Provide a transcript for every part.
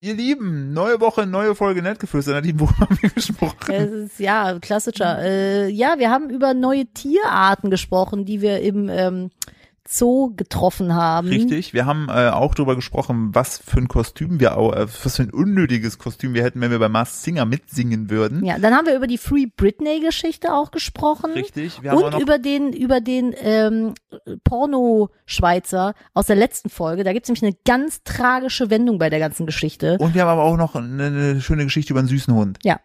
Ihr Lieben, neue Woche, neue Folge Nettgeflüster. Nadine, worüber haben wir gesprochen? Es ist, ja, klassischer. Äh, ja, wir haben über neue Tierarten gesprochen, die wir im ähm, Zoo getroffen haben. Richtig, wir haben äh, auch darüber gesprochen, was für ein Kostüm wir, au- äh, was für ein unnötiges Kostüm wir hätten, wenn wir bei Mars Singer mitsingen würden. Ja, dann haben wir über die Free Britney Geschichte auch gesprochen. Richtig, wir haben auch Und noch, über den, über den ähm, Porno-Schweizer aus der letzten Folge. Da gibt's nämlich eine ganz tragische Wendung bei der ganzen Geschichte. und wir haben aber auch noch eine, eine schöne Geschichte über einen süßen Hund. Ja.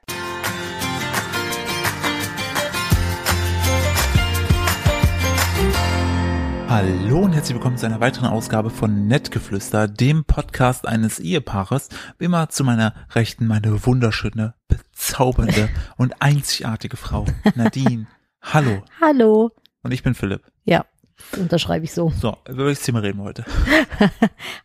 Hallo und herzlich willkommen zu einer weiteren Ausgabe von Nettgeflüster, dem Podcast eines Ehepaares. Wie immer zu meiner Rechten meine wunderschöne, bezaubernde und einzigartige Frau Nadine. Hallo. Hallo. Und ich bin Philipp. Ja, unterschreibe ich so. So, über welches Thema reden wir heute?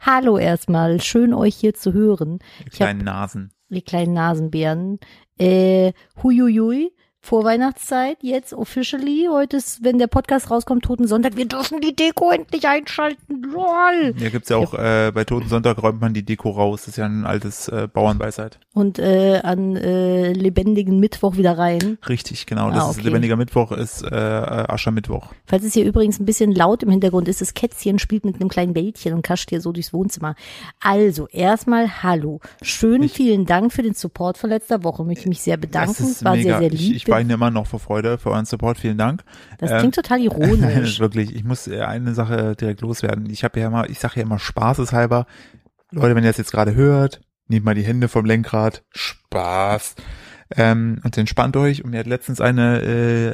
Hallo erstmal. Schön euch hier zu hören. Ich habe Kleinen Nasen. die kleinen Nasenbären. Äh, huiuiui. Vorweihnachtszeit, jetzt officially. Heute ist, wenn der Podcast rauskommt, Toten Sonntag. Wir dürfen die Deko endlich einschalten. Lol. Ja, gibt's ja auch, äh, bei Toten Sonntag räumt man die Deko raus. Das ist ja ein altes äh, Bauernweisheit. Und äh, an äh, lebendigen Mittwoch wieder rein. Richtig, genau. Das Ah, ist okay. lebendiger Mittwoch, ist äh, Aschermittwoch. Falls es hier übrigens ein bisschen laut im Hintergrund ist, das Kätzchen spielt mit einem kleinen Bällchen und kascht hier so durchs Wohnzimmer. Also, erstmal Hallo. Schönen vielen Dank für den Support von letzter Woche. Möchte mich sehr bedanken. Das ist es war mega. sehr, sehr Ich, lieb. ich weine immer noch vor Freude für euren Support. Vielen Dank. das Ähm, klingt total Nein, ironisch. wirklich, ich muss äh, eine Sache direkt loswerden. Ich habe ja immer, ich sage ja immer spaßeshalber, Leute, wenn ihr das jetzt gerade hört, nehmt mal die Hände vom Lenkrad, Spaß. Ähm, und entspannt euch. Und mir hat letztens eine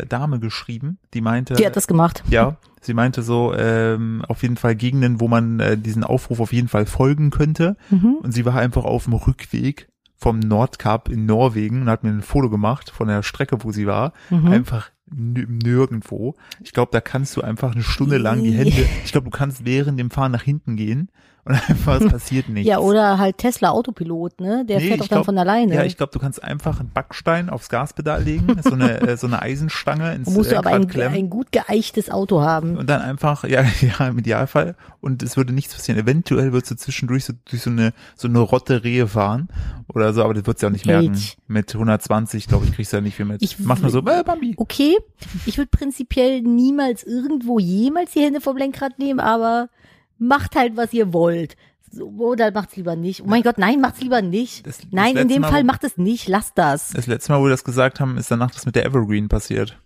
äh, Dame geschrieben, die meinte, Die hat das gemacht. ja, sie meinte so, ähm, auf jeden Fall Gegenden, wo man äh, diesen Aufruf auf jeden Fall folgen könnte. Mhm. Und sie war einfach auf dem Rückweg vom Nordkap in Norwegen und hat mir ein Foto gemacht von der Strecke, wo sie war. Mhm. Einfach nir- nirgendwo. Ich glaube, da kannst du einfach eine Stunde lang die Hände, ich glaube, du kannst während dem Fahren nach hinten gehen und einfach, es passiert nichts. Ja, oder halt Tesla Autopilot, ne? Der Nee, fährt ich doch dann glaub- von alleine. Ja, ich glaube, du kannst einfach einen Backstein aufs Gaspedal legen, so eine, äh, so eine Eisenstange ins da musst du aber Lenkrad ein, klemmen. ein gut geeichtes Auto haben. Und dann einfach, ja, ja, im Idealfall. Und es würde nichts passieren. Eventuell würdest du zwischendurch so, durch so eine, so eine rotte Rehe fahren oder so, aber das würdest du ja auch nicht Geht. merken. Mit 120, glaube ich, kriegst du ja nicht viel mit. Ich Mach nur so, äh, Bambi. Okay, ich würde prinzipiell niemals irgendwo jemals die Hände vom Lenkrad nehmen, aber macht halt, was ihr wollt. So, oder macht's lieber nicht. Oh mein Gott, nein, macht's lieber nicht. Das- das nein, in letzte dem Mal, Fall wo- macht es nicht, lasst das. Das letzte Mal, wo wir das gesagt haben, ist danach das mit der Evergreen passiert.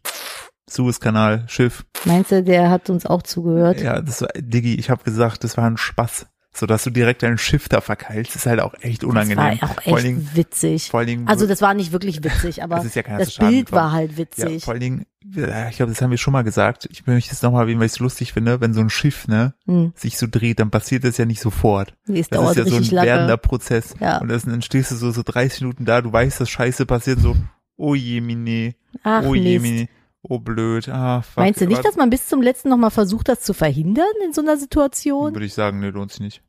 Suezkanal, Schiff. Meinst du, der hat uns auch zugehört? Ja, das war, Diggi, ich habe gesagt, das war ein Spaß. So, dass du direkt deinen Schiff da verkeilst, ist halt auch echt das war unangenehm. auch echt vor allen Dingen, witzig. vor allen Dingen, Also das war nicht wirklich witzig, aber Es ist ja keiner das zu Schaden Bild gekommen. war halt Ja, witzig. vor allen Dingen, ja, ich glaube, das haben wir schon mal gesagt. Ich möchte es nochmal erwähnen, weil ich es lustig finde, wenn so ein Schiff, ne, hm. sich so dreht, dann passiert das ja nicht sofort. Nee, es Das dauert ist ja so ein richtig lange. werdender Prozess. Ja. Und das- dann stehst du so, so 30 Minuten da, du weißt, dass Scheiße passiert, so, oh je, Mine, Ach, oh je, Mist. Mine, oh blöd, ah, fuck. Meinst du nicht, Aber- dass man bis zum letzten nochmal versucht, das zu verhindern in so einer Situation? Würde ich sagen, nee, lohnt sich nicht.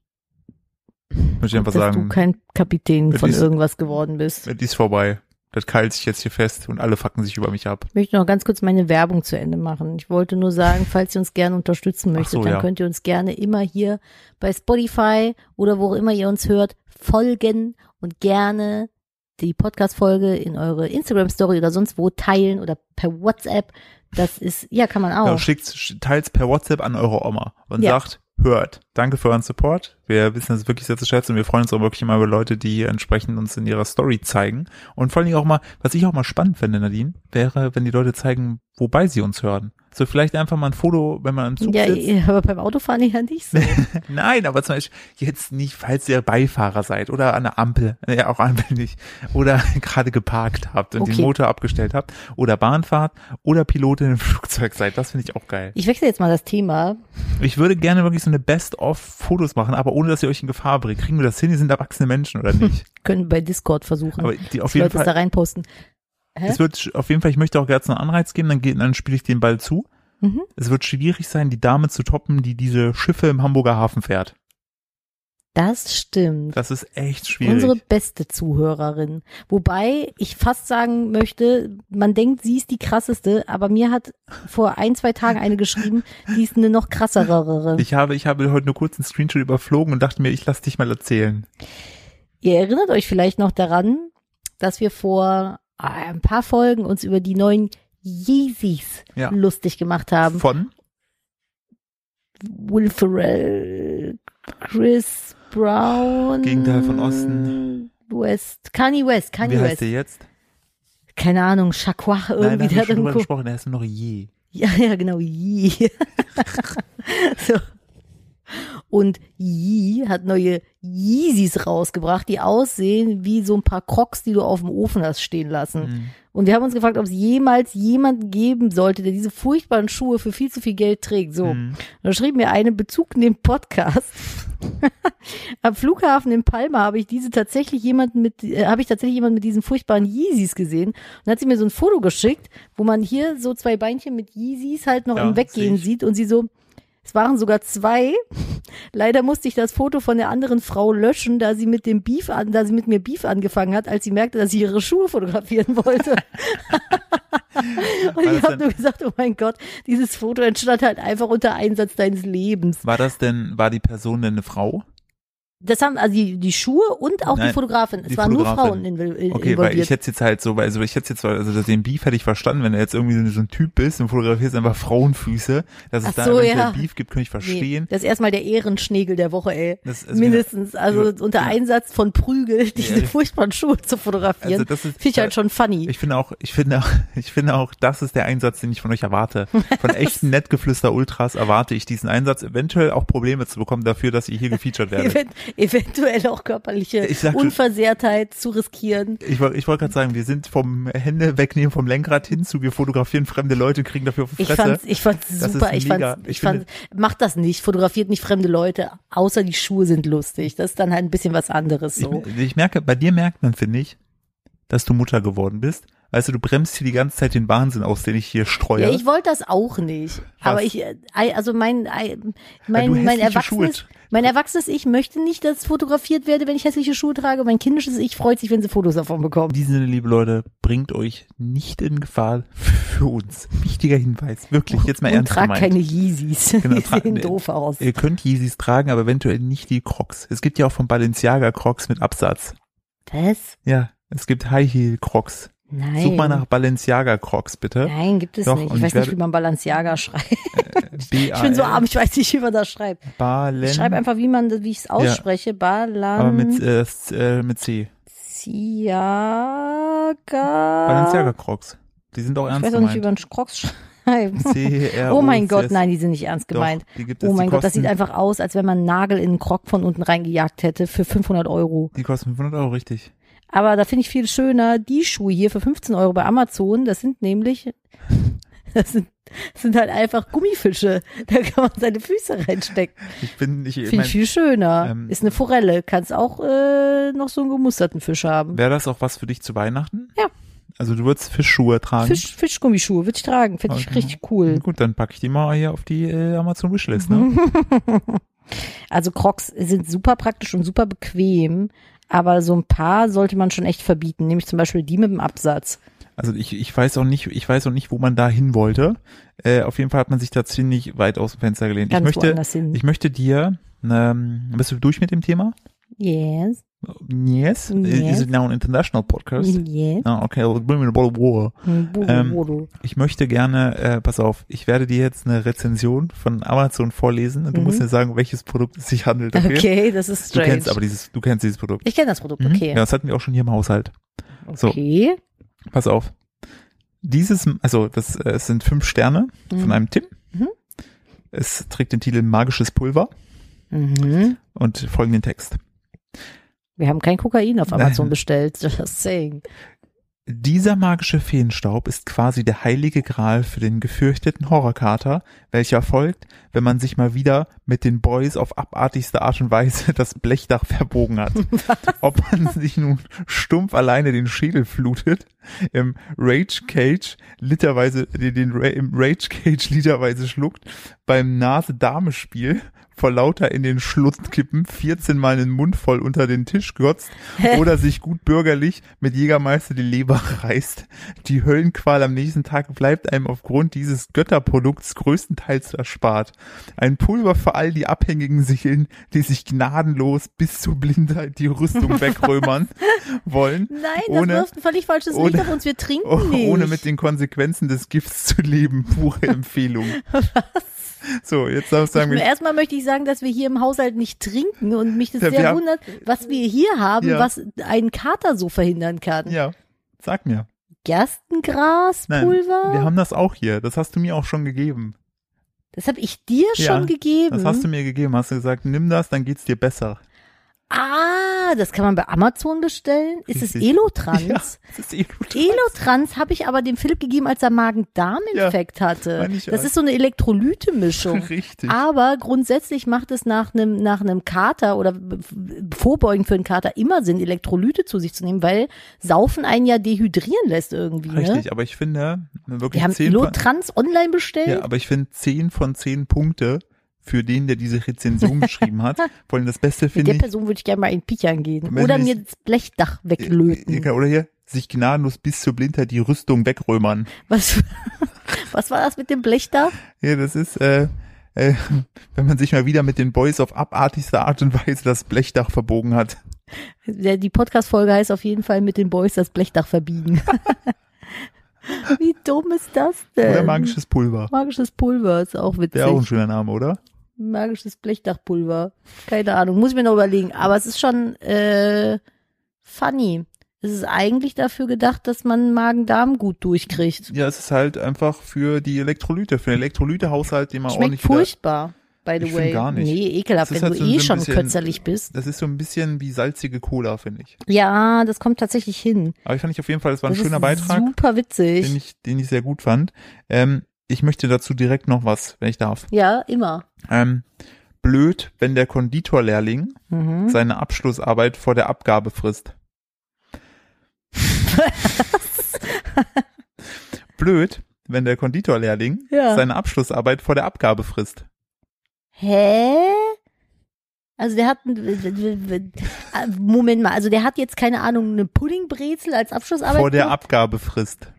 Würde ich einfach Dass du sagen, kein Kapitän Mit von dies- irgendwas geworden bist. die ist vorbei. Das keilt sich jetzt hier fest und alle fucken sich über mich ab. Ich möchte noch ganz kurz meine Werbung zu Ende machen. Ich wollte nur sagen, falls ihr uns gerne unterstützen möchtet, so, dann ja. könnt ihr uns gerne immer hier bei Spotify oder wo auch immer ihr uns hört, folgen und gerne die Podcast-Folge in eure Instagram-Story oder sonst wo teilen oder per WhatsApp. Das ist, ja, kann man Ja, auch. schickt sch- teils per WhatsApp an eure Oma und Oh. Ja. sagt, hört, danke für euren Support. Wir wissen das wirklich sehr zu schätzen und wir freuen uns auch wirklich immer über Leute, die hier entsprechend uns in ihrer Story zeigen. Und vor allen Dingen auch mal, was ich auch mal spannend finde, Nadine, wäre, wenn die Leute zeigen, wobei sie uns hören. So vielleicht einfach mal ein Foto, wenn man im Zug Ja, eh. sitzt. aber beim Autofahren ja nicht so. Nein, aber zum Beispiel jetzt nicht, falls ihr Beifahrer seid oder an der Ampel, ja auch Ampel nicht, oder gerade geparkt habt und Okay. den Motor abgestellt habt oder Bahnfahrt oder Pilotin im Flugzeug seid. Das finde ich auch geil. Ich wechsle jetzt mal das Thema. Ich würde gerne wirklich so eine Best-of-Fotos machen, aber ohne, dass ihr euch in Gefahr bringt. Kriegen wir das hin? Ihr sind erwachsene Menschen oder nicht? Können wir bei Discord versuchen. Aber die auf die jeden Leute es da Fall, reinposten. Hä? es wird, sch- auf jeden Fall, ich möchte auch jetzt einen Anreiz geben, dann geht, dann spiele ich den Ball zu. Mhm. Es wird schwierig sein, die Dame zu toppen, die diese Schiffe im Hamburger Hafen fährt. Das stimmt. Das ist echt schwierig. Unsere beste Zuhörerin. Wobei ich fast sagen möchte, man denkt, sie ist die krasseste, aber mir hat vor ein, zwei Tagen eine geschrieben, die ist eine noch krasserere. ich habe, ich habe heute nur kurz einen Screenshot überflogen und dachte mir, ich lass dich mal erzählen. Ihr erinnert euch vielleicht noch daran, dass wir vor äh, ein paar Folgen uns über die neuen Yeezys Ja. lustig gemacht haben. Von? Will Ferrell, Chris Brown. Gegenteil von Osten. West, Kanye West, Wie Kanye heißt der West. jetzt? Keine Ahnung, Chakwach Nein, da irgendwie haben wir der schon drüber irgendwo. gesprochen, der ist nur noch je. Ja, ja, genau, Yee. so. Und Yee hat neue Yeezys rausgebracht, die aussehen wie so ein paar Crocs, die du auf dem Ofen hast stehen lassen. Mhm. Und wir haben uns gefragt, ob es jemals jemanden geben sollte, der diese furchtbaren Schuhe für viel zu viel Geld trägt. So. Mhm. Da schrieb mir eine Bezug neben Podcast. Am Flughafen in Palma habe ich diese tatsächlich jemanden mit, äh, habe ich tatsächlich jemanden mit diesen furchtbaren Yeezys gesehen und hat sie mir so ein Foto geschickt, wo man hier so zwei Beinchen mit Yeezys halt noch Ja, im Weggehen sehe ich. sieht und sie so, es waren sogar zwei. Leider musste ich das Foto von der anderen Frau löschen, da sie mit dem Beef an, da sie mit mir Beef angefangen hat, als sie merkte, dass ich ihre Schuhe fotografieren wollte. und War ich das habe denn- nur gesagt, oh mein Gott, dieses Foto entstand halt einfach unter Einsatz deines Lebens. War das denn, war die Person denn eine Frau? Das haben also die, die Schuhe und auch die Nein, Fotografin. Es die waren nur Fotografin. Frauen inv- in, Okay, weil ich involviert. hätte jetzt halt so, weil- also ich hätte jetzt, also das- den Beef hätte ich verstanden, wenn du jetzt irgendwie so ein Typ bist und fotografierst einfach Frauenfüße, dass Ach es da so, eventuell ja. Beef gibt, könnte ich verstehen. nee, das ist erstmal der Ehrenschnegel der Woche, ey. Das ist mir- Mindestens. Also über- unter ja. Einsatz von Prügel diese Ja. furchtbaren Schuhe zu fotografieren. Also das ist- Finde ich halt schon funny. Ich finde auch, ich finde auch, ich finde auch, das ist der Einsatz, den ich von euch erwarte. Von echten Nettgeflüster-Ultras erwarte ich diesen Einsatz, eventuell auch Probleme zu bekommen dafür, dass ihr hier gefeatured werdet. Event eventuell auch körperliche Ich sag schon- Unversehrtheit zu riskieren. Ich, woll- ich wollte gerade sagen, wir sind vom Hände wegnehmen vom Lenkrad hinzu, wir fotografieren fremde Leute und kriegen dafür auf die Ich Fresse. fand's, ich fand's Das ist super. Ich mega. fand's, ich, Ich fand, macht das nicht. Fotografiert nicht fremde Leute, außer die Schuhe sind lustig. Das ist dann halt ein bisschen was anderes so. Ich, ich merke, bei dir merkt man, finde ich, dass du Mutter geworden bist. Also du bremst hier die ganze Zeit den Wahnsinn aus, den ich hier streue. Ja, ich wollte das auch nicht. Aber ich, äh, also mein, äh, mein, Weil du mein hässliche Schuhe erwachsenes, tr- mein erwachsenes Ich möchte nicht, dass fotografiert werde, wenn ich hässliche Schuhe trage. Mein kindisches Ich freut sich, wenn sie Fotos davon in bekommen. diesem Sinne, liebe Leute, bringt euch nicht in Gefahr für uns. Wichtiger Hinweis, wirklich, jetzt mal Und ernst trag gemeint. keine Yeezys. Genau, Die tra- sehen nee. doof aus. Ihr könnt Yeezys tragen, aber eventuell nicht die Crocs. Es gibt ja auch von Balenciaga Crocs mit Absatz. Was? Ja, es gibt High Heel Crocs. Nein. Such mal nach Balenciaga Crocs, bitte. Nein, gibt es Ne? Doch, nicht. und Ich ich weiß nicht, werde- wie man Balenciaga schreibt. B Ich bin so arm, ich weiß nicht, wie man das schreibt. Balen, Ich schreibe einfach, wie man, das- wie ich es ausspreche. aber mit, Balenciaga. äh, s- äh, mit C. Balenciaga Crocs. Die sind auch Ich ernst weiß auch nicht, wie gemeint. man Crocs schreibt. C E R Oh mein Gott, C S. nein, die sind nicht ernst Doch, gemeint. die gibt es, Oh mein die Gott, das sieht kosten- einfach aus, als wenn man einen Nagel in einen Krog von unten reingejagt hätte für 500 Euro. Die kosten 500 Euro, richtig. Aber da finde ich viel schöner die Schuhe hier für 15 Euro bei Amazon. Das sind nämlich, das sind, das sind halt einfach Gummifische. Da kann man seine Füße reinstecken. Ich bin, ich, ich Finde ich mein, viel schöner. ähm, Ist eine Forelle. Kannst auch äh, noch so einen gemusterten Fisch haben. wäre das auch was für dich zu Weihnachten? Ja. Also du würdest Fischschuhe tragen. Fisch, Fischgummischuhe würde ich tragen. Finde ich Okay. Mhm. richtig cool. Gut, dann packe ich die mal hier auf die äh, Amazon Wishlist, Mhm. ne? Also Crocs sind super praktisch und super bequem, aber so ein paar sollte man schon echt verbieten, nämlich zum Beispiel die mit dem Absatz. Also ich, ich weiß auch nicht, ich weiß auch nicht, wo man da hin wollte. Äh, auf jeden Fall hat man sich da ziemlich weit aus dem Fenster gelehnt. Ganz ich möchte, woanders hin. ich möchte dir, ähm, bist du durch mit dem Thema? Yes. Äh, yes. Yes. Mhm. Is it now an international podcast? Yes. Ah, okay, well, bring me the bottle of water. Ähm, Ähm, Ich möchte gerne, äh, pass auf, ich werde dir jetzt eine Rezension von Amazon vorlesen und du Mhm. musst mir sagen, welches Produkt es sich handelt. Okay. okay. das ist Du strange. kennst aber dieses, du kennst dieses Produkt. ich kenne das Produkt, Mhm. okay. Ja, das hatten wir auch schon hier im Haushalt. so. Okay. Pass auf. Dieses, also das, äh, es sind fünf Sterne von einem Tim. Mhm. Es trägt den Titel Magisches Pulver Mhm. und folgenden Text. Wir haben kein Kokain auf Nein. Amazon bestellt, just saying. Dieser magische Feenstaub ist quasi der heilige Gral für den gefürchteten Horrorkater, welcher folgt, wenn man sich mal wieder mit den Boys auf abartigste Art und Weise das Blechdach verbogen hat. Ob man sich nun stumpf alleine den Schädel flutet im Rage Cage literweise, den, den Ra im Rage Cage literweise schluckt, beim Nase-Dame-Spiel vor lauter in den Schlund kippen, 14 Mal den Mund voll unter den Tisch glotzt oder sich gut bürgerlich mit Jägermeister die Leber reißt. Die Höllenqual am nächsten Tag bleibt einem aufgrund dieses Götterprodukts größtenteils erspart. Ein Pulver für all die abhängigen Seelen, die sich gnadenlos bis zur Blindheit die Rüstung wegrömern wollen. Nein, Ohne- das wirft ein völlig falsches Licht ohne- auf uns. Wir trinken Oh, nicht. ohne mit den Konsequenzen des Gifts zu leben. Pure Empfehlung. Was? So, jetzt darf ich sagen, Ich- wenn- Erstmal möchte ich sagen, dass wir hier im Haushalt nicht trinken und mich das Ja, wir sehr haben- wundert, was wir hier haben, Ja. was einen Kater so verhindern kann. ja, sag mir. Nein, wir Gerstengraspulver? haben das auch hier. Das hast du mir auch schon gegeben. Das habe ich dir Ja, schon gegeben. Das hast du mir gegeben. Hast du gesagt, nimm das, dann geht's dir besser. ah, das kann man bei Amazon bestellen. Ist es Richtig. Ja, Elotrans? das ist eh gut. Elotrans habe ich aber dem Philipp gegeben, als er Magen-Darm-Infekt hatte. meine ich Das auch. ist so eine Elektrolyte-Mischung. Richtig. Aber grundsätzlich macht es nach einem nach einem Kater oder b- b- vorbeugen für einen Kater immer Sinn, Elektrolyte zu sich zu nehmen, weil Saufen einen ja dehydrieren lässt irgendwie. Ne? Richtig, aber ich finde, ne, wirklich Wir haben 10 von, Elotrans online bestellt. ja, aber ich finde 10 von 10 Punkte für den, der diese Rezension geschrieben hat. Vor allem das Beste Mit finde der ich, Person würde ich gerne mal einen Pichern gehen. Wenn Oder ich- mir das Blechdach Ja, weglöten. genau, oder hier, sich gnadenlos bis zur Blindheit die Rüstung wegrömern. Was, was war das mit dem Blechdach? Ja, das ist, äh, äh, wenn man sich mal wieder mit den Boys auf abartigste Art und Weise das Blechdach verbogen hat. Der, die Podcast-Folge heißt auf jeden Fall mit den Boys das Blechdach verbiegen. Wie dumm ist das denn? Oder magisches Pulver. Magisches Pulver ist auch witzig. Wäre auch ein schöner Name, oder? Magisches Blechdachpulver. Keine Ahnung, muss ich mir noch überlegen. Aber es ist schon äh, funny. Es ist eigentlich dafür gedacht, dass man Magen-Darm gut durchkriegt. Ja, es ist halt einfach für die Elektrolyte, für den Elektrolytehaushalt, den man Schmeckt ordentlich wieder furchtbar, by the Ich find way. gar nicht. Nee, Es ekelhaft, wenn ist halt du so eh ein schon bisschen- kötzerlich bist. Das ist so ein bisschen wie salzige Cola, finde ich. Ja, das kommt tatsächlich hin. Aber ich fand ich auf jeden Fall, das war ein das schöner ist Beitrag, Super den witzig. ich, den ich sehr gut fand. Ähm, ich möchte dazu direkt noch was, wenn ich darf. Ja, immer. Ähm, blöd, wenn der Konditorlehrling Mhm. seine Abschlussarbeit vor der Abgabe frisst. blöd, wenn der Konditorlehrling Ja. seine Abschlussarbeit vor der Abgabe frisst. Hä? Also der hat ein- w- w- w- äh, Moment mal, also der hat jetzt keine Ahnung, eine Puddingbrezel als Abschlussarbeit. vor der gemacht? Abgabefrist.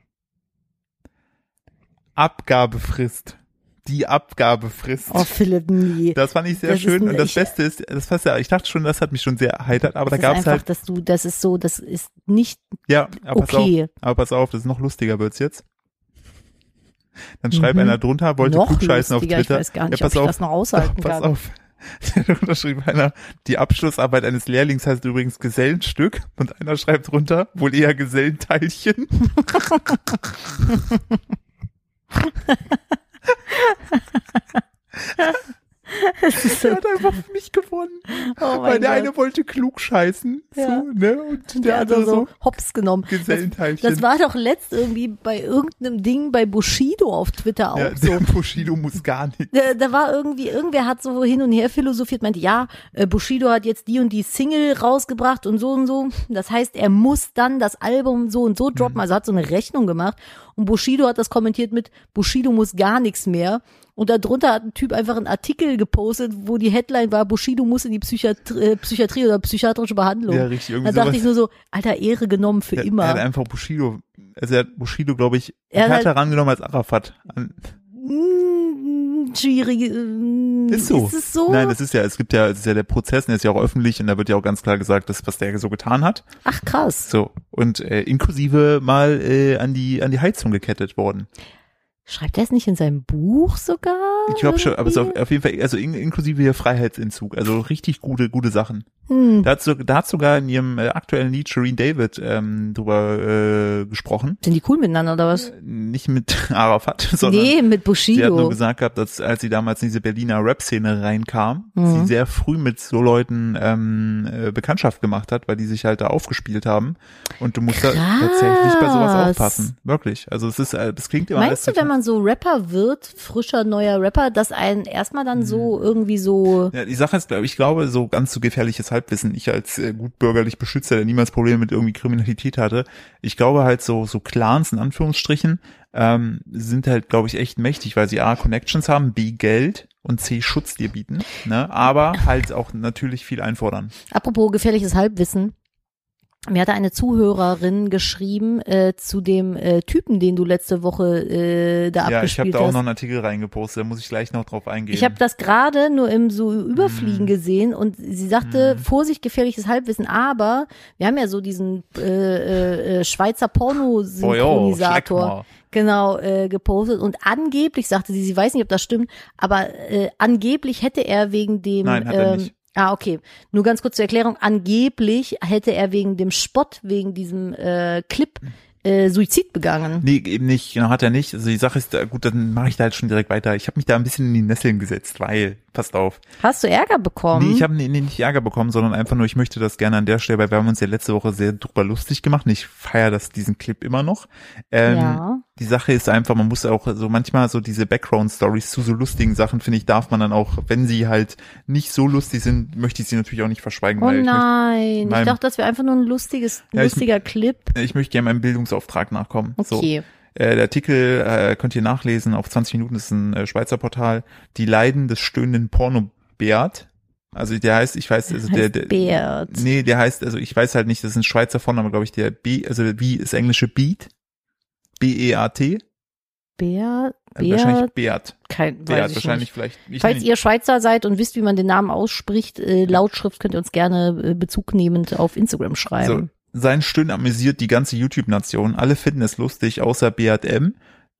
Abgabefrist. Die Abgabefrist. Oh Philipp, nie. Das fand ich sehr Das ist schön ein- und das ich- Beste ist, das passt ja, ich dachte schon, das hat mich schon sehr erheitert, aber das da ist gab es einfach, halt, dass du, das ist so, das ist nicht ja, aber pass auf, okay. aber pass auf, das ist noch lustiger wird's jetzt. Dann schreibt Mhm. einer drunter, wollte noch klugscheißen auf lustiger. Twitter. Ich weiß gar nicht, ja, ob pass ich auf, das noch aushalten pass kann. auf. Da unterschrieb einer, die Abschlussarbeit eines Lehrlings heißt übrigens Gesellenstück und einer schreibt drunter, wohl eher Gesellenteilchen. Das ist so, Der hat einfach für mich gewonnen. oh Weil mein der Gott. eine wollte klug scheißen, Ja. so, ne? Und der, der hat andere dann so, so hops genommen. Das, Gesellenteilchen. das war doch letzt irgendwie bei irgendeinem Ding bei Bushido auf Twitter auch ja, so. der Bushido muss gar nicht. Da, Äh, da war irgendwie, irgendwer hat so hin und her philosophiert, meinte, ja, äh, Bushido hat jetzt die und die Single rausgebracht und so und so. Das heißt, er muss dann das Album so und so Mhm. droppen. Also hat so eine Rechnung gemacht. Und Bushido hat das kommentiert mit, Bushido muss gar nichts mehr. Und darunter hat ein Typ einfach einen Artikel gepostet, wo die Headline war, Bushido muss in die Psychiatrie, äh, Psychiatrie oder psychiatrische Behandlung. Ja, richtig, irgendwie da dachte sowas. ich nur so, alter, Ehre genommen für Er, immer. er hat einfach Bushido, also er hat Bushido, glaube ich, Er hat härter halt- rangenommen als Arafat. An- Mm, schwierig. mm, Ist so. Ist es so? Nein, das ist ja, es gibt ja, es ist ja der Prozess, und der ist ja auch öffentlich und da wird ja auch ganz klar gesagt, dass, was der so getan hat. Ach krass. So. Und äh, inklusive mal äh, an die an die Heizung gekettet worden. Oh, Schreibt er es nicht in seinem Buch sogar? Ich glaube schon, aber es ist auf, irgendwie? auf jeden Fall, also in, inklusive hier Freiheitsentzug, also richtig gute, gute Sachen. hm. Da hat, so, da hat sogar in ihrem äh, aktuellen Lied Shireen David ähm, drüber äh, gesprochen. Sind die cool miteinander oder was? Nicht mit Arafat, sondern Nee, mit sie hat Bushido. nur gesagt gehabt, dass als sie damals in diese Berliner Rap-Szene reinkam, Mhm. sie sehr früh mit so Leuten ähm, äh, Bekanntschaft gemacht hat, weil die sich halt da aufgespielt haben. Und du musst da Krass. tatsächlich bei sowas aufpassen. Wirklich. Also es ist, äh, das klingt immer alles Meinst du, total- wenn man so Rapper wird, frischer Hm. neuer Rapper, dass einen erstmal dann so irgendwie so ja, die Sache ist, glaube ich, glaube, so ganz so gefährlich ist Halbwissen. Ich als äh, gut bürgerlich Beschützer, der niemals Probleme mit irgendwie Kriminalität hatte. Ich glaube halt so, so Clans in Anführungsstrichen, ähm, sind halt, glaube ich, echt mächtig, weil sie A, Connections haben, B, Geld und C, Schutz dir bieten, ne? aber halt auch natürlich viel einfordern. Apropos gefährliches Halbwissen. Mir hatte eine Zuhörerin geschrieben äh, zu dem äh, Typen, den du letzte Woche äh, da ja, ich habe abgespielt da auch hast. noch einen Artikel reingepostet, da muss ich gleich noch drauf eingehen. Ich habe das gerade nur im so Überfliegen Mhm. gesehen und sie sagte, Mhm. Vorsicht, gefährliches Halbwissen, aber wir haben ja so diesen äh, äh, äh, oh, Schweizer jo, schleck Pornosynchronisator mal. genau äh, gepostet und angeblich sagte sie, sie weiß nicht, ob das stimmt, aber äh, angeblich hätte er wegen dem Nein, hat er ähm, nicht. Ah, okay. Nur ganz kurz zur Erklärung. Angeblich hätte er wegen dem Spott, wegen diesem äh, Clip Mhm. äh, Suizid begangen. Nee, eben nicht, genau, hat er nicht. Also die Sache ist, äh, gut, dann mache ich da halt schon direkt weiter. Ich habe mich da ein bisschen in die Nesseln gesetzt, weil, passt auf. Hast du Ärger bekommen? Nee, ich habe nee, nee, nicht Ärger bekommen, sondern einfach nur, ich möchte das gerne an der Stelle, weil wir haben uns ja letzte Woche sehr drüber lustig gemacht und ich feier das, diesen Clip immer noch. Ähm, Ja. Die Sache ist einfach, man muss auch so manchmal so diese Background-Stories zu so lustigen Sachen, finde ich, darf man dann auch, wenn sie halt nicht so lustig sind, möchte ich sie natürlich auch nicht verschweigen, Oh weil ich möchte, nein, ich meinem- dachte, das wäre einfach nur ein lustiges, Ja, ich- lustiger Clip. ich möchte gerne meinem Bildungsauftrag nachkommen. So. Okay. Äh, der Artikel äh, könnt ihr nachlesen auf 20 Minuten, ist ein äh, Schweizer Portal. Die Leiden des stöhnenden Porno-Beat. Also der heißt, ich weiß, also der, der Beard. Nee, der heißt, also ich weiß halt nicht, das ist ein Schweizer Vorname, glaube ich, der B, also B ist englische Beat. E B-E-A-T. Beard. Äh, wahrscheinlich Beard. Beat. Kein, weiß Beat, ich wahrscheinlich wahrscheinlich. vielleicht. Ich Nicht. Falls nenn ihn- ihr Schweizer seid und wisst, wie man den Namen ausspricht, äh, Lautschrift könnt ihr uns gerne äh, bezugnehmend auf Instagram so, schreiben. sein Stöhnen amüsiert die ganze YouTube-Nation. Alle finden es lustig, außer Beat M.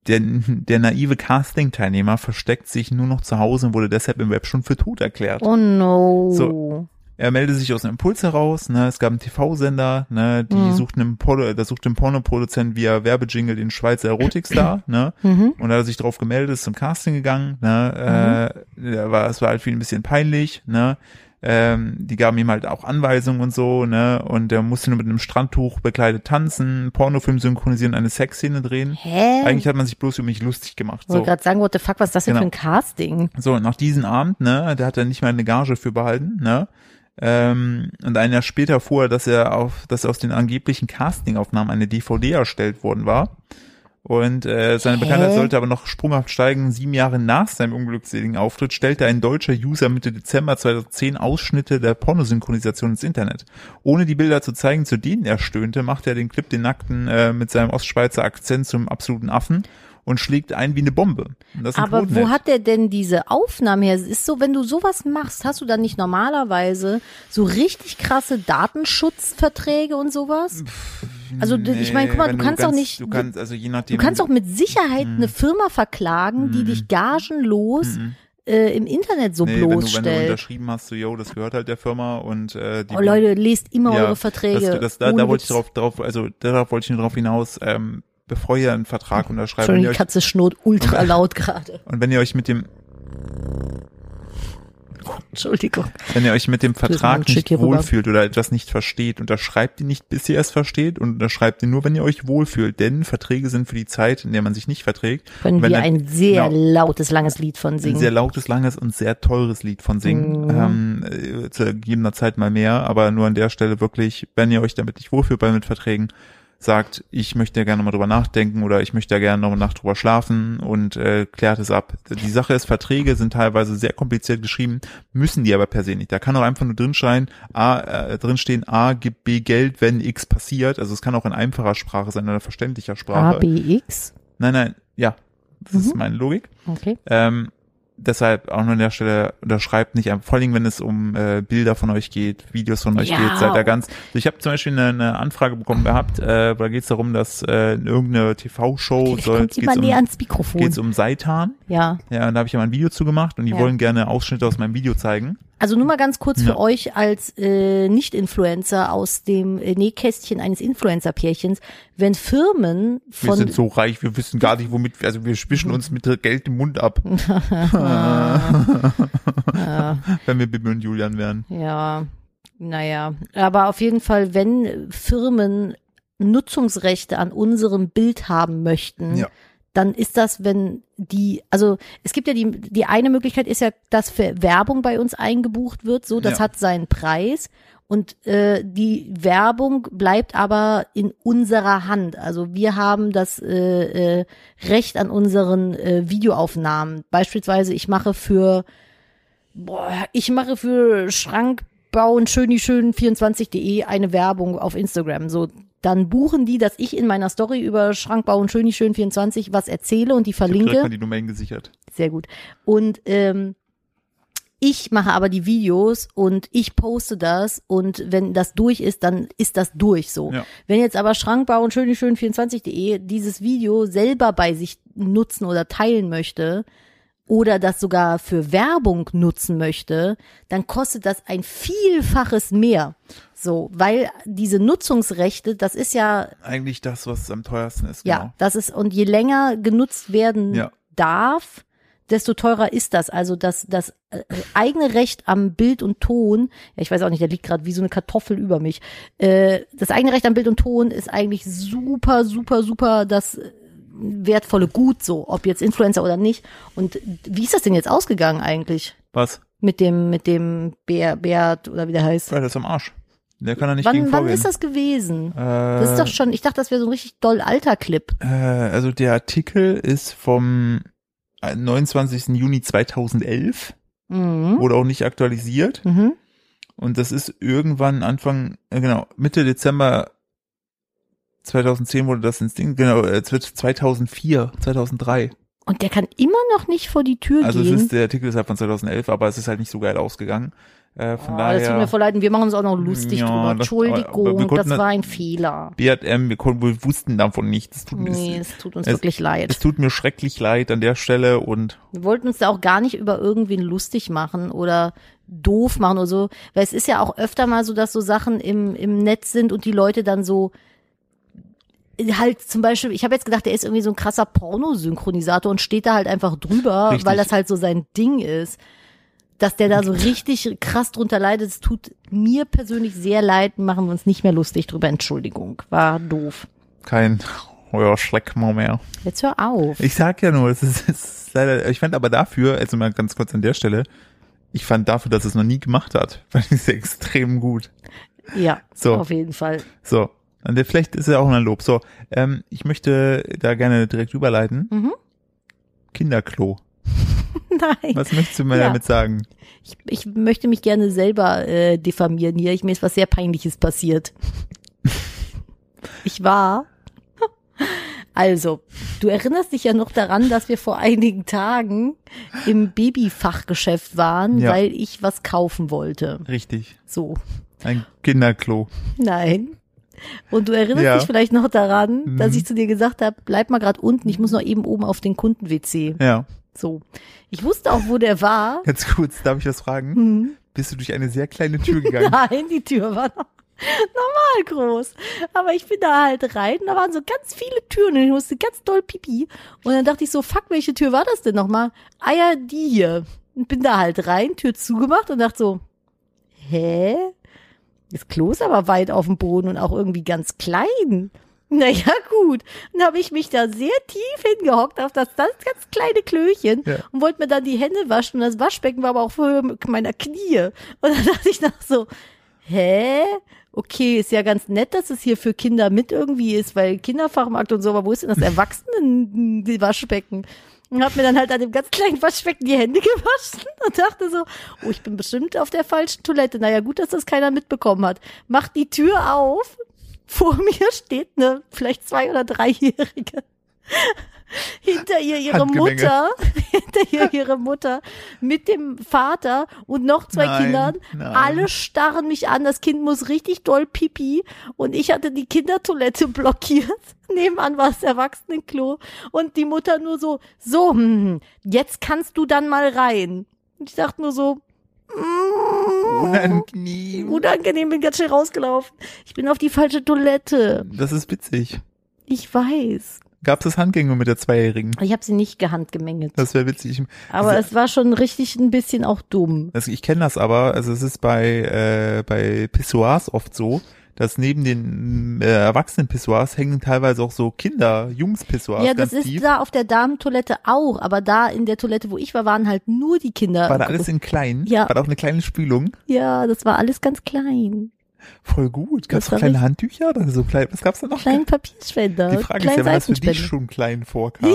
Der, der naive Casting-Teilnehmer versteckt sich nur noch zu Hause und wurde deshalb im Web schon für tot erklärt. Oh no. So. Er meldete sich aus einem Impuls heraus, ne, es gab einen TV-Sender, ne, die Mhm. suchten einen Porno, da suchte ein Pornoproduzent via Werbejingle den Schweizer Erotikstar, ne, Mhm. Und da hat er sich drauf gemeldet, ist zum Casting gegangen, ne, Mhm. äh, da war, es war halt für ihn ein bisschen peinlich, ne, ähm, die gaben ihm halt auch Anweisungen und so, ne, und er musste nur mit einem Strandtuch bekleidet tanzen, einen Pornofilm synchronisieren, eine Sexszene drehen. Hä? Eigentlich hat man sich bloß über mich lustig gemacht, ich wollte so. gerade sagen, what the fuck, was ist das denn Genau. für ein Casting? So, und nach diesem Abend, ne, da hat er nicht mal eine Gage für behalten, ne, ähm, und ein Jahr später fuhr er, dass er auf, dass aus den angeblichen Castingaufnahmen eine DVD erstellt worden war. Und äh, seine Hä? Bekanntheit sollte aber noch sprunghaft steigen. Sieben Jahre nach seinem unglückseligen Auftritt stellte ein deutscher User Mitte Dezember 2010 Ausschnitte der Pornosynchronisation ins Internet. Ohne die Bilder zu zeigen, zu denen er stöhnte, machte er den Clip den Nackten äh, mit seinem Ostschweizer Akzent zum absoluten Affen und schlägt ein wie eine Bombe. Und das ist ein Aber wo Quotennetz. hat der denn diese Aufnahmen her? Es ist so, wenn du sowas machst, hast du dann nicht normalerweise so richtig krasse Datenschutzverträge und sowas? Also, d- ich meine, guck mal, wenn du kannst doch ganz, nicht- Du kannst, Hm. also je nachdem. Du kannst wenn auch mit Sicherheit eine Firma verklagen, die dich gagenlos äh, im Internet so Hm. nee, wenn, du, wenn du bloßstellt. unterschrieben hast, so, yo, das gehört halt der Firma und äh, die. Oh Leute, lest immer ja, eure Verträge. Das, das, da, Ohne da wollte ich Witz. drauf, drauf, also darauf wollte ich nur drauf hinaus, ähm, bevor ihr einen Vertrag unterschreibt wenn Entschuldigung, ihr die euch, Katze schnurrt ultra laut gerade. und wenn ihr euch mit dem, Entschuldigung. wenn ihr euch mit dem mal ein Vertrag Stück nicht hier rüber. wohlfühlt oder etwas nicht versteht, unterschreibt ihn nicht, bis ihr es versteht und unterschreibt ihn nur, wenn ihr euch wohlfühlt, denn Verträge sind für die Zeit, in der man sich nicht verträgt. Können Und wenn wir dann- ein sehr genau. lautes, langes Lied von ein singen. Mhm. sehr lautes, langes und sehr teures Lied von singen. Ähm, äh, zu gegebener Zeit mal mehr, aber nur an der Stelle wirklich, wenn ihr euch damit nicht wohlfühlt bei mit Verträgen, sagt, ich möchte ja gerne nochmal drüber nachdenken oder ich möchte ja gerne nochmal Nacht drüber schlafen und äh, klärt es ab. Die Sache ist, Verträge sind teilweise sehr kompliziert geschrieben, müssen die aber per se nicht. Da kann auch einfach nur drinstehen, A, äh, drinstehen, A gibt B Geld, wenn X passiert. Also es kann auch in einfacher Sprache sein oder verständlicher Sprache. ABX. Nein, nein, ja. Das ist Mhm. meine Logik. Okay. Ähm, deshalb auch nur an der Stelle unterschreibt nicht, ähm, vor allem wenn es um äh, Bilder von euch geht, Videos von euch Ja. geht, seid da ganz. also Ich habe zum Beispiel eine, eine Anfrage bekommen gehabt, äh, da geht es darum, dass äh, irgendeine TV-Show Vielleicht soll kommt geht's jemand näher um, ans Mikrofon. geht's um Seitan. ja. Ja, und da habe ich ja mal ein Video zu gemacht und die Ja. wollen gerne Ausschnitte aus meinem Video zeigen. Also nur mal ganz kurz Ja. für euch als äh, Nicht-Influencer aus dem äh, Nähkästchen eines Influencer-Pärchens, wenn Firmen Wir von sind so reich, wir wissen gar nicht, womit, wir- also wir spischen uns mit Geld im Mund ab, Ah. äh, wenn wir Bibi und Julian wären. ja, naja, aber auf jeden Fall, wenn Firmen Nutzungsrechte an unserem Bild haben möchten, Ja. dann ist das, wenn die, also es gibt ja die, die eine Möglichkeit ist ja, dass für Werbung bei uns eingebucht wird, so, das Ja. hat seinen Preis und äh, die Werbung bleibt aber in unserer Hand. Also wir haben das äh, äh, Recht an unseren äh, Videoaufnahmen. Beispielsweise ich mache für, boah, ich mache für Schrankbau und schöni schön 24.de eine Werbung auf Instagram, so dann buchen die, dass ich in meiner Story über Schrankbau und schöni schön 24 was erzähle und die Ich hab direkt verlinke. mal die Domain gesichert. Sehr gut. Und ähm, ich mache aber die Videos und ich poste das und wenn das durch ist, dann ist das durch so. Ja. Wenn jetzt aber Schrankbau und schöni schön 24.de dieses Video selber bei sich nutzen oder teilen möchte oder das sogar für Werbung nutzen möchte, dann kostet das ein Vielfaches mehr. So, weil diese Nutzungsrechte, das ist ja Eigentlich das, was am teuersten ist. ja, Genau. das ist, und je länger genutzt werden Ja. darf, desto teurer ist das. Also das, das äh, eigene Recht am Bild und Ton, ja, ich weiß auch nicht, der liegt gerade wie so eine Kartoffel über mich. Äh, das eigene Recht am Bild und Ton ist eigentlich super, super, super das äh, wertvolle Gut so, ob jetzt Influencer oder nicht. Und wie ist das denn jetzt ausgegangen eigentlich Was? mit dem, mit dem Bär, Bert oder wie der heißt? Ja, das ist am Arsch. Der kann er nicht gegen Wann, wann vorgehen. ist das gewesen? Äh, Das ist doch schon, ich dachte, das wäre so ein richtig doll alter Clip. äh, also der Artikel ist vom äh, 29. Juni 2011, Mhm. wurde auch nicht aktualisiert. Mhm. Und das ist irgendwann Anfang, äh, genau, Mitte Dezember 2010 wurde das ins Ding, genau, äh, 2004, 2003. Und der kann immer noch nicht vor die Tür Also es gehen. ist, der Artikel ist halt von 2011, aber es ist halt nicht so geil ausgegangen. Äh, von oh, daher. das tut mir voll leid. und Wir machen uns auch noch lustig Ja, drüber. das- aber wir Entschuldigung, konnten das das- war ein Fehler. BRM, wir konnten, wir wussten davon nichts. Es tut, mir- Nee, es, es tut uns es- wirklich es leid. tut mir schrecklich leid an der Stelle und Wir wollten uns da auch gar nicht über irgendwen lustig machen oder doof machen oder so. Weil es ist ja auch öfter mal so, dass so Sachen im, im Netz sind und die Leute dann so halt zum Beispiel, ich habe jetzt gedacht, der ist irgendwie so ein krasser Pornosynchronisator und steht da halt einfach drüber, Richtig. weil das halt so sein Ding ist. Dass der da so richtig krass drunter leidet, es tut mir persönlich sehr leid, machen wir uns nicht mehr lustig drüber. Entschuldigung, war doof. kein euer Schreckmau mehr. Jetzt hör auf. Ich sag ja nur, es ist, es ist leider, ich fand aber dafür, also mal ganz kurz an der Stelle, ich fand dafür, dass es noch nie gemacht hat, fand ich es extrem gut. Ja, So. auf jeden Fall. So, und der- vielleicht ist er auch ein Lob. So, ähm, ich möchte da gerne direkt überleiten. Mhm. Kinderklo. Nein. Was möchtest du mir Ja. damit sagen? Ich, ich möchte mich gerne selber äh, diffamieren hier. Ich, mir ist was sehr Peinliches passiert. Ich war. Also, du erinnerst dich ja noch daran, dass wir vor einigen Tagen im Babyfachgeschäft waren, Ja. weil ich was kaufen wollte. Richtig. So, Ein Kinderklo. nein. Und du erinnerst Ja. dich vielleicht noch daran, dass Mhm. ich zu dir gesagt habe, bleib mal gerade unten, ich muss noch eben oben auf den Kunden-WC. Ja. So. Ich wusste auch, wo der war. Jetzt kurz, darf ich was fragen? Hm. Bist du durch eine sehr kleine Tür gegangen? Nein, die Tür war noch normal groß. Aber ich bin da halt rein und da waren so ganz viele Türen und ich musste ganz doll pipi. Und dann dachte ich so, fuck, welche Tür war das denn nochmal? Ah ja, die hier. Und bin da halt rein, Tür zugemacht und dachte so, hä? Das Klo ist aber weit auf dem Boden und auch irgendwie ganz klein. Naja, gut. Dann habe ich mich da sehr tief hingehockt auf das ganz, ganz kleine Klöchen Ja. und wollte mir dann die Hände waschen. Und das Waschbecken war aber auf Höhe meiner Knie. Und dann dachte ich noch so, hä? Okay, ist ja ganz nett, dass es hier für Kinder mit irgendwie ist, weil Kinderfachmarkt und so, aber wo ist denn das Erwachsenen-Waschbecken? Und habe mir dann halt an dem ganz kleinen Waschbecken die Hände gewaschen und dachte so, oh, ich bin bestimmt auf der falschen Toilette. Naja, gut, dass das keiner mitbekommen hat. Mach die Tür auf. Vor mir steht eine vielleicht zwei- oder dreijährige. Hinter ihr ihre Handgemenge. Mutter, hinter ihr ihre Mutter mit dem Vater und noch zwei Nein, Kindern. nein. Alle starren mich an. Das Kind muss richtig doll pipi. Und ich hatte die Kindertoilette blockiert. Nebenan war das Erwachsenenklo. Und die Mutter nur so, so, hm, jetzt kannst du dann mal rein. Und ich dachte nur so, mm, Unangenehm. unangenehm, bin ganz schnell rausgelaufen. Ich bin auf die falsche Toilette. Das ist witzig. Ich weiß. Gab es Handgänge mit der Zweijährigen? Ich habe sie nicht gehandgemengelt. Das wäre witzig. Aber es war schon richtig ein bisschen auch dumm. Also ich kenne das aber, also es ist bei, äh, bei Pissoirs oft so, dass neben den äh, Erwachsenen-Pissoirs hängen teilweise auch so Kinder-Jungs-Pissoirs Ja, das ganz ist tief. da auf der Damentoilette auch, aber da in der Toilette, wo ich war, waren halt nur die Kinder. War da alles in klein? Ja. War da auch eine kleine Spülung? ja, das war alles ganz klein. Voll gut. Gab's Das war äh, kleine Handtücher oder so klein? Was gab's da noch? Kleinen Papierspender. Die Frage ist kleinen ja, wenn das für dich Seifenspender. schon klein vorkam.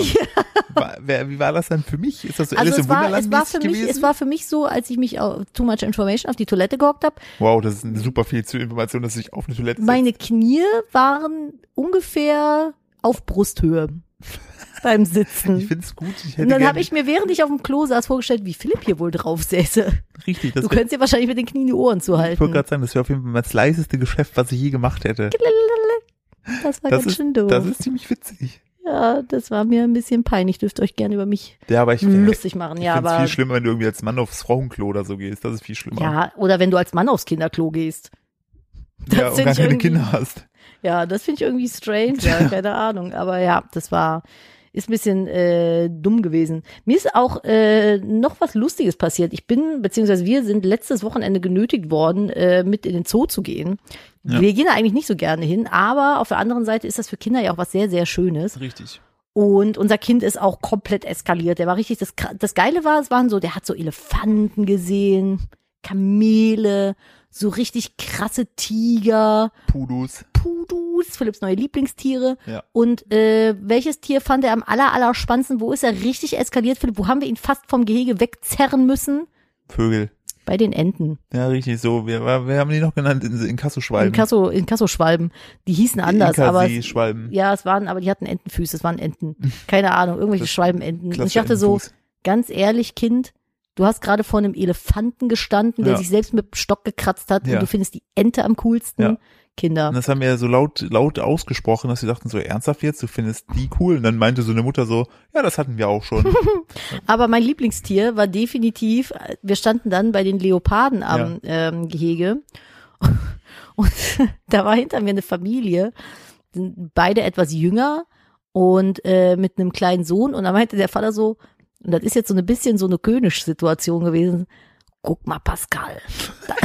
War, wer, wie war das dann für mich? Ist das so Also Alice es im war, es Wunderland war für mich, gewesen? es war für mich so, als ich mich auf Too Much Information auf die Toilette gehockt habe, wow, das ist super viel zu Information, dass ich auf eine Toilette meine Knie waren ungefähr auf Brusthöhe beim sitze. Ich Sitzen. find's gut. Ich hätte Und dann gern- habe ich mir, während ich auf dem Klo saß, vorgestellt, wie Philipp hier wohl drauf säße. richtig, das Du wär- könntest dir wahrscheinlich mit den Knien die Ohren ich wollte zuhalten. gerade sagen, das wäre auf jeden Fall das leiseste Geschäft, was ich je gemacht hätte. Das war Das ganz schön doof. Das ist ziemlich witzig. ja, das war mir ein bisschen peinlich. Dürft ihr euch gerne über mich Ja, aber ich, ich lustig machen. Ja, find's aber viel schlimmer, wenn du irgendwie als Mann aufs Frauenklo oder so gehst. Das ist viel schlimmer. ja, oder wenn du als Mann aufs Kinderklo gehst. das ja und find gar ich keine irgendwie- Kinder hast. Ja, das finde ich irgendwie strange, ja, keine Ahnung. Aber ja, das war, ist ein bisschen äh, dumm gewesen. Mir ist auch äh, noch was Lustiges passiert. Ich bin, beziehungsweise wir sind letztes Wochenende genötigt worden, äh, mit in den Zoo zu gehen. Ja. Wir gehen da eigentlich nicht so gerne hin, aber auf der anderen Seite ist das für Kinder ja auch was sehr, sehr Schönes. Richtig. Und unser Kind ist auch komplett eskaliert. Der war richtig, das, Kra- das Geile war, es waren so, der hat so Elefanten gesehen, Kamele, so richtig krasse Tiger. Pudus. Pudus, Philipps neue Lieblingstiere. Ja. Und äh, welches Tier fand er am aller, aller spannendsten? Wo ist er richtig eskaliert, Philipp? Wo haben wir ihn fast vom Gehege wegzerren müssen? Vögel. Bei den Enten. Ja, richtig so. Wir, wir haben die noch genannt in, in Kassoschwalben. In Kasso, in Kassoschwalben. Die hießen anders, Inka- aber. sie Schwalben. Ja, es waren, aber die hatten Entenfüße, es waren Enten. Keine Ahnung, irgendwelche Das- Schwalbenenten. Und ich Klasse dachte so, Entenfuß. ganz ehrlich, Kind, du hast gerade vor einem Elefanten gestanden, der Ja. sich selbst mit dem Stock gekratzt hat Ja. und du findest die Ente am coolsten. Ja. Kinder. Und das haben wir so laut, laut ausgesprochen, dass sie dachten so, ernsthaft jetzt, du findest die cool? Und dann meinte so eine Mutter so, ja, das hatten wir auch schon. Aber mein Lieblingstier war definitiv, wir standen dann bei den Leoparden am ähm, Gehege und da war hinter mir eine Familie, sind beide etwas jünger und äh, mit einem kleinen Sohn und da meinte der Vater so, und das ist jetzt so ein bisschen so eine Königsituation gewesen, guck mal Pascal, da,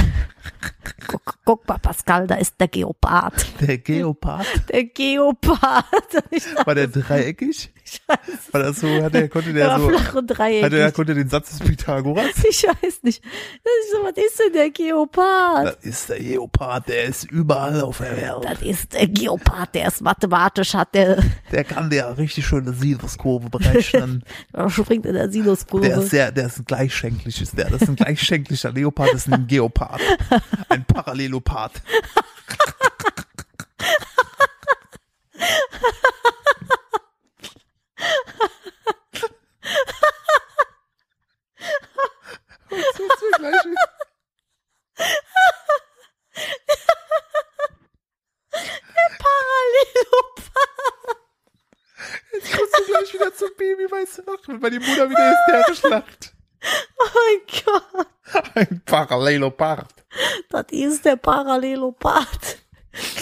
guck, guck mal Pascal, da ist der Geopard, Der Geopard, der Geopard, Und ich dachte, war der dreieckig? Scheiße, War das so, hatte er, konnte der der war so, flach und dreieckig. hatte er, konnte den Satz des Pythagoras? Ich weiß nicht. Das ist so, was ist denn der Das Geopard? ist der Geopard, der ist überall auf der Welt. Das ist der Geopard, der ist mathematisch, hat der, Der kann dir richtig schöne Sinuskurve berechnen. der springt in der Der ist Sinuskurve. sehr, der ist ein gleichschenkliches, der, das ist ein gleichschenklicher Leopard, das ist ein Geopard. Ein Parallelopard. Und so ist der gleiche- Parallelopard. Jetzt kommst du gleich wieder zum Baby, weiße Nacht, wenn meine Mutter wieder hysterisch lacht. Oh mein Gott. Ein Parallelopard. Das ist der Parallelopard.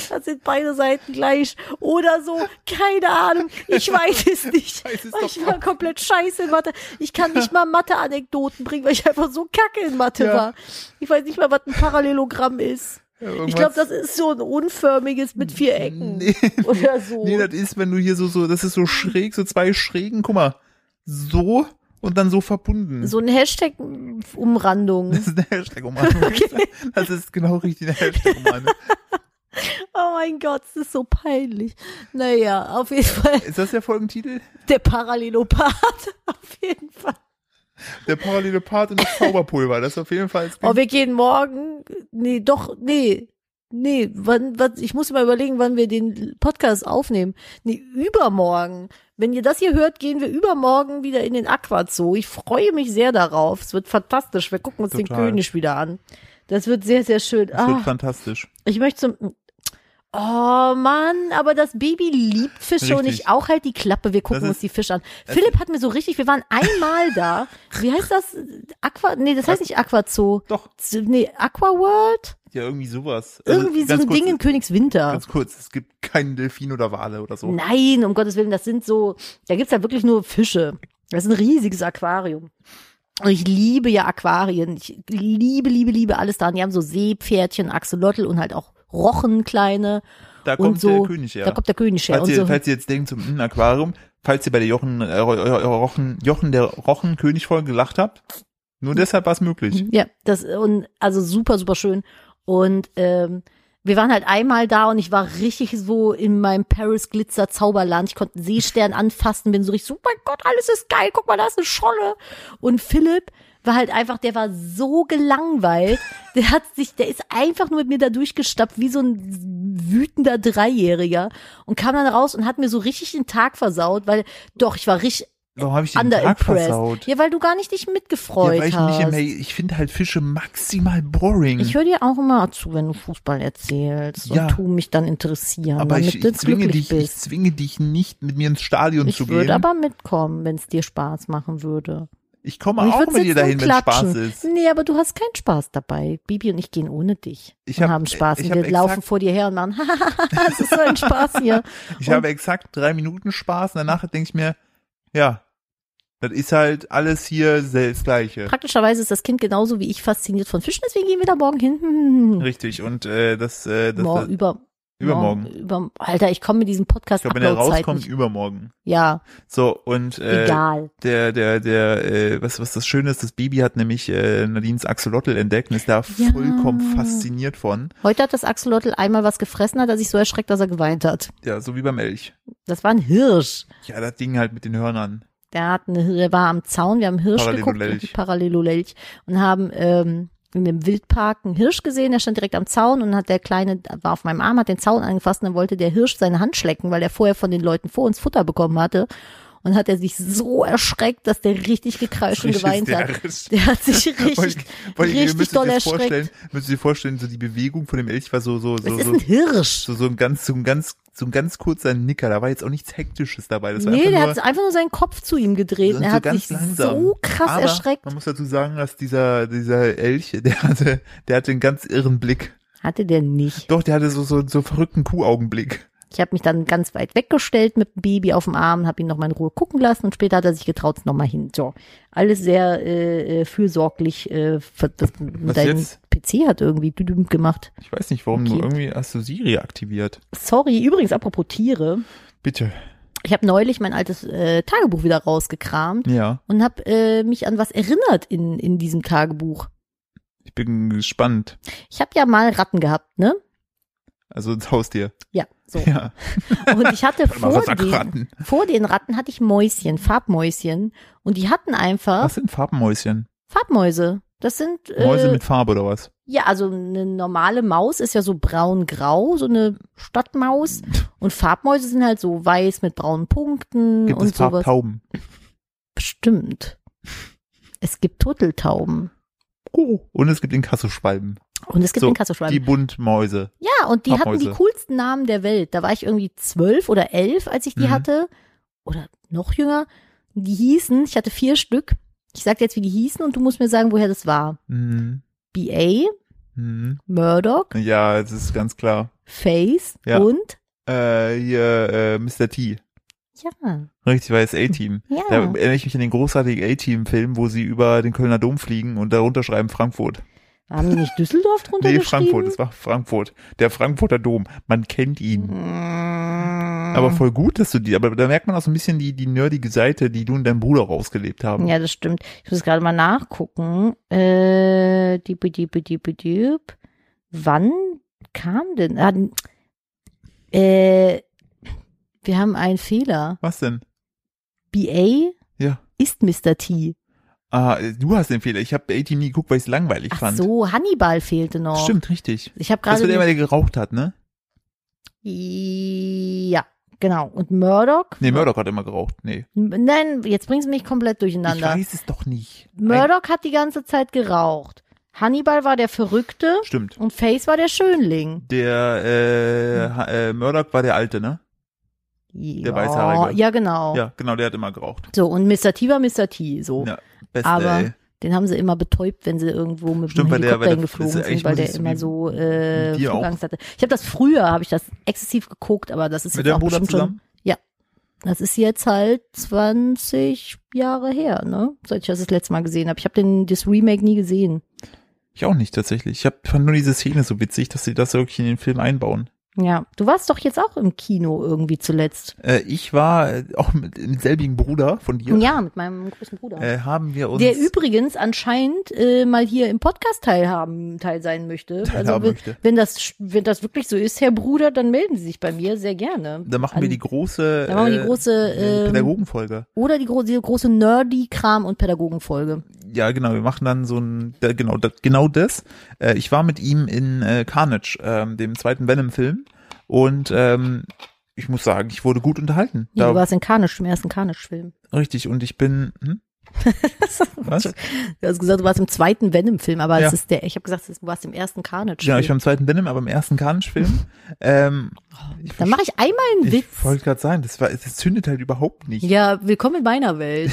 Das sind beide Seiten gleich. Oder so. Keine Ahnung. Ich weiß es nicht. Weiß es Weil doch ich war komplett scheiße in Mathe. Ich kann nicht mal Mathe-Anekdoten bringen, weil ich einfach so kacke in Mathe Ja. war. Ich weiß nicht mal, was ein Parallelogramm ist. Ja, Ich irgendwas- glaube, das ist so ein unförmiges mit vier Ecken Nee. oder so. Nee, das ist, wenn du hier so, so, das ist so schräg, so zwei schrägen, guck mal, so und dann so verbunden. so ein Hashtag-Umrandung. Das ist eine Hashtag-Umarmung. Das ist genau richtig eine Hashtag-Umarmung. Oh mein Gott, das ist so peinlich. Naja, auf jeden Fall Ist das der Folgentitel? der Parallelopath. Auf jeden Fall. Der parallele Part und das Zauberpulver. Das ist auf jeden Fall. Oh, wir gehen morgen. Nee, doch, nee. Nee, wann, wann, ich muss mal überlegen, wann wir den Podcast aufnehmen. Nee, übermorgen. Wenn ihr das hier hört, gehen wir übermorgen wieder in den Aquazoo. Ich freue mich sehr darauf. Es wird fantastisch. Wir gucken uns den Total. König wieder an. Das wird sehr, sehr schön. Das wird Ah. fantastisch. Ich möchte zum. Oh Mann, aber das Baby liebt Fische und Richtig. ich auch halt die Klappe. Wir gucken Das ist- uns die Fische an. Philipp hat mir so richtig, wir waren einmal da. Wie heißt das? Aqua, nee, das heißt nicht Aquazoo. Doch, Z- Nee, Aquaworld? ja, irgendwie sowas. Also, Irgendwie so ganz ein kurz, Ding in Königswinter. Ganz kurz, es gibt keinen Delfin oder Wale oder so. Nein, um Gottes Willen, das sind so, da gibt's ja wirklich nur Fische. Das ist ein riesiges Aquarium. Und ich liebe ja Aquarien. Ich liebe, liebe, liebe alles daran. Die haben so Seepferdchen, Axolotl und halt auch rochen kleine. Da Und kommt so- der König her. Da kommt der König her. falls, Und ihr, so, falls ihr jetzt denkt zum hm, Aquarium, falls ihr bei der Jochen, äh, Jochen, Jochen der Rochen König Folge gelacht habt, Hm. nur deshalb war es möglich. ja, das und also super, super schön. Und ähm, wir waren halt einmal da und ich war richtig so in meinem Paris Glitzer Zauberland. Ich konnte einen Seestern anfassen, bin so richtig so, mein Gott, alles ist geil, guck mal, da ist eine Scholle. Und Philipp war halt einfach, der war so gelangweilt. Der hat sich, der ist einfach nur mit mir da durchgestappt, wie so ein wütender Dreijähriger und kam dann raus und hat mir so richtig den Tag versaut, weil doch, ich war richtig Warum habe ich den Tag underimpressed. versaut? Ja, weil du gar nicht dich Ja, mitgefreut weil ich hast. nicht im, hey, ich finde halt Fische maximal boring. Ich höre dir auch immer zu, wenn du Fußball erzählst Mhm. Ja. und tu mich dann interessieren, aber damit ich, du ich zwinge glücklich dich, ich bist. zwinge dich nicht, mit mir ins Stadion Ich zu würde gehen. aber mitkommen, wenn es dir Spaß machen würde. ich komme Und ich auch würde mit dir sitzen dahin, und wenn klatschen. Spaß ist. Nee, aber du hast keinen Spaß dabei. Bibi und ich gehen ohne dich. Ich und hab- haben Spaß. ich und hab wir laufen exakt- vor dir her und machen, es ist so ein Spaß hier. Ich Und- habe exakt drei Minuten Spaß und danach denke ich mir, ja, das ist halt alles hier selbst gleiche. Praktischerweise ist das Kind genauso wie ich fasziniert von Fischen, deswegen gehen wir da morgen hin. Hm. Richtig, und äh, das, äh, das, Mor- das ich über, übermorgen. Über, Alter, ich komme mit diesem Podcast glaube, wenn er Upload-Zeit rauskommt, nicht- übermorgen. Ja, So, und äh, egal. der, der, der, äh, was, was das Schöne ist, das Baby hat nämlich äh, Nadines Axolotl entdeckt und ist da Ja. vollkommen fasziniert von. Heute hat das Axolotl einmal was gefressen, hat er sich so erschreckt, dass er geweint hat. Ja, so wie beim Elch. Das war ein Hirsch. Ja, das Ding halt mit den Hörnern. Der, hat eine, der war am Zaun, wir haben Hirsch geguckt, Parallelolelch. und- Parallelolelch, und haben ähm, in dem Wildpark einen Hirsch gesehen, der stand direkt am Zaun und hat der Kleine, war auf meinem Arm, hat den Zaun angefasst und dann wollte der Hirsch seine Hand schlecken, weil er vorher von den Leuten vor uns Futter bekommen hatte. Und hat er sich so erschreckt, dass der richtig gekreischt und Richtig geweint hat. hysterisch. Der hat sich richtig, Weil ihr richtig müsst doll euch das erschreckt. vorstellen, müsst ihr euch vorstellen, so die Bewegung von dem Elch war so, so, so, Es ist so, ein Hirsch. so, so ein ganz, so ein ganz, so ein ganz kurzer Nicker. Da war jetzt auch nichts Hektisches dabei. Das war Nee, einfach der nur, hat einfach nur seinen Kopf zu ihm gedreht. so- Und er so hat ganz sich langsam. so krass Aber erschreckt. Man muss dazu sagen, dass dieser, dieser Elch, der hatte, der hatte einen ganz irren Blick. Hatte der nicht. Doch, der hatte so, so, so einen verrückten Kuhaugenblick. Ich habe mich dann ganz weit weggestellt mit dem Baby auf dem Arm, habe ihn nochmal in Ruhe gucken lassen und später hat er sich getraut, nochmal hin. So, alles sehr äh, äh, fürsorglich. Äh, ver- das, Was dein jetzt? PC hat irgendwie düdüm gemacht. Ich weiß nicht, warum du Okay. irgendwie hast du Siri aktiviert. Sorry, übrigens, apropos Tiere. Bitte. Ich habe neulich mein altes äh, Tagebuch wieder rausgekramt Ja, und habe äh, mich an was erinnert in, in diesem Tagebuch. ich bin gespannt. Ich habe ja mal Ratten gehabt, ne? Also ins Haustier. Ja, so. Ja. Und ich hatte Warte mal, vor was sagt den, Ratten? vor den Ratten hatte ich Mäuschen, Farbmäuschen. Und die hatten einfach Was sind Farbenmäuschen? Farbmäuse. Das sind äh, Mäuse mit Farbe oder was? ja, also eine normale Maus ist ja so braun-grau, so eine Stadtmaus. Und Farbmäuse sind halt so weiß mit braunen Punkten Gibt und es sowas. Farbtauben? Bestimmt. Es gibt Turteltauben. Oh. Und es gibt Inkassoschwalben. Und es gibt So, den Die Kassoschwein. Buntmäuse. Ja, und die hatten die Farbmäuse. coolsten Namen der Welt. Da war ich irgendwie zwölf oder elf, als ich die Mhm. hatte. Oder noch jünger. Die hießen, ich hatte vier Stück. Ich sag dir jetzt, wie die hießen und du musst mir sagen, woher das war. Mhm. BA, Mhm. Murdoch, Ja, das ist ganz klar. Face Ja. und Äh, hier, äh, Mr. T. ja, Richtig, weil das A-Team. ja. Da erinnere ich mich an den großartigen A-Team-Film, wo sie über den Kölner Dom fliegen und darunter schreiben Frankfurt. Haben die nicht Düsseldorf drunter Nee, Frankfurt, geschrieben? es war Frankfurt. Der Frankfurter Dom. Man kennt Mhm. ihn. Aber Aber voll gut, dass du die, aber da merkt man auch so ein bisschen die, die nerdige Seite, die du und dein Bruder rausgelebt haben. ja, das stimmt. Ich muss gerade mal nachgucken. Äh, diep, diep, diep, diep. Wann kam denn? Ah, n- äh, wir haben einen Fehler. Was denn? BA Ja. ist Mr. T. Ah, du hast den Fehler. Ich habe A-Team nie geguckt, weil ich es langweilig Ach fand. so, Hannibal fehlte noch. Stimmt, richtig. Ich habe Das gerade war der, der geraucht hat, ne? Ja, genau. Und Murdoch? Nee, Murdoch hat immer geraucht. Nee. Nein, jetzt bringst du mich komplett Ich durcheinander. weiß es doch nicht. Murdoch hat die ganze Zeit geraucht. Hannibal war der Verrückte Ein, stimmt. und Face war der Schönling. Der äh, ha- äh, Murdoch war der Alte, ne? Ja, Weißhaarige. Ja, genau. Ja, genau, der hat immer geraucht. So, und Mr. T war Mr. T, so. Ja, beste, Aber ey. Den haben sie immer betäubt, wenn sie irgendwo mit Stimmt, dem weil der- Helikopter weil der- hingeflogen das ist sind, eigentlich weil muss der ich immer so äh, mit dir auch. Flugangst hatte. Ich habe das früher, habe ich das exzessiv geguckt, aber das ist Mit jetzt deinem auch Bruder bestimmt schon zusammen? Das ist jetzt halt 20 Jahre her, ne? Seit ich das das letzte Mal gesehen habe. Ich habe den das Remake nie gesehen. Ich auch nicht tatsächlich. Ich hab, fand nur diese Szene so witzig, dass sie das wirklich in den Film einbauen. Ja, du warst doch jetzt auch im Kino irgendwie zuletzt. Äh, ich war äh, auch mit dem selbigen Bruder von dir. Ja, mit meinem großen Bruder. Äh, haben wir uns der übrigens anscheinend äh, mal hier im Podcast teilhaben, teil sein möchte. also, Teilhaben wenn, möchte. wenn das sch- wenn das wirklich so ist, Herr Bruder, dann melden Sie sich bei mir sehr gerne. da machen wir die große, Da machen wir äh, die große äh, ähm, Pädagogenfolge. oder die, gro die große nerdy Kram und Pädagogenfolge. Ja, genau, wir machen dann so ein, da, genau, da, genau das. Äh, ich war mit ihm in äh, Carnage, ähm, dem zweiten Venom-Film und ähm, ich muss sagen, ich wurde gut unterhalten. Ja, du Da, warst in Carnage, im ersten Carnage-Film. richtig, und ich bin, hm? Was? Du hast gesagt, du warst im zweiten Venom-Film, aber Ja. es ist der. Ich habe gesagt, du warst im ersten Carnage-Film. Ja, ich war im zweiten Venom, aber im ersten Carnage-Film. ähm, ich dann mache ich einmal einen Ich Witz. wollte gerade sagen, das, war, das zündet halt überhaupt nicht. Ja, willkommen in meiner Welt.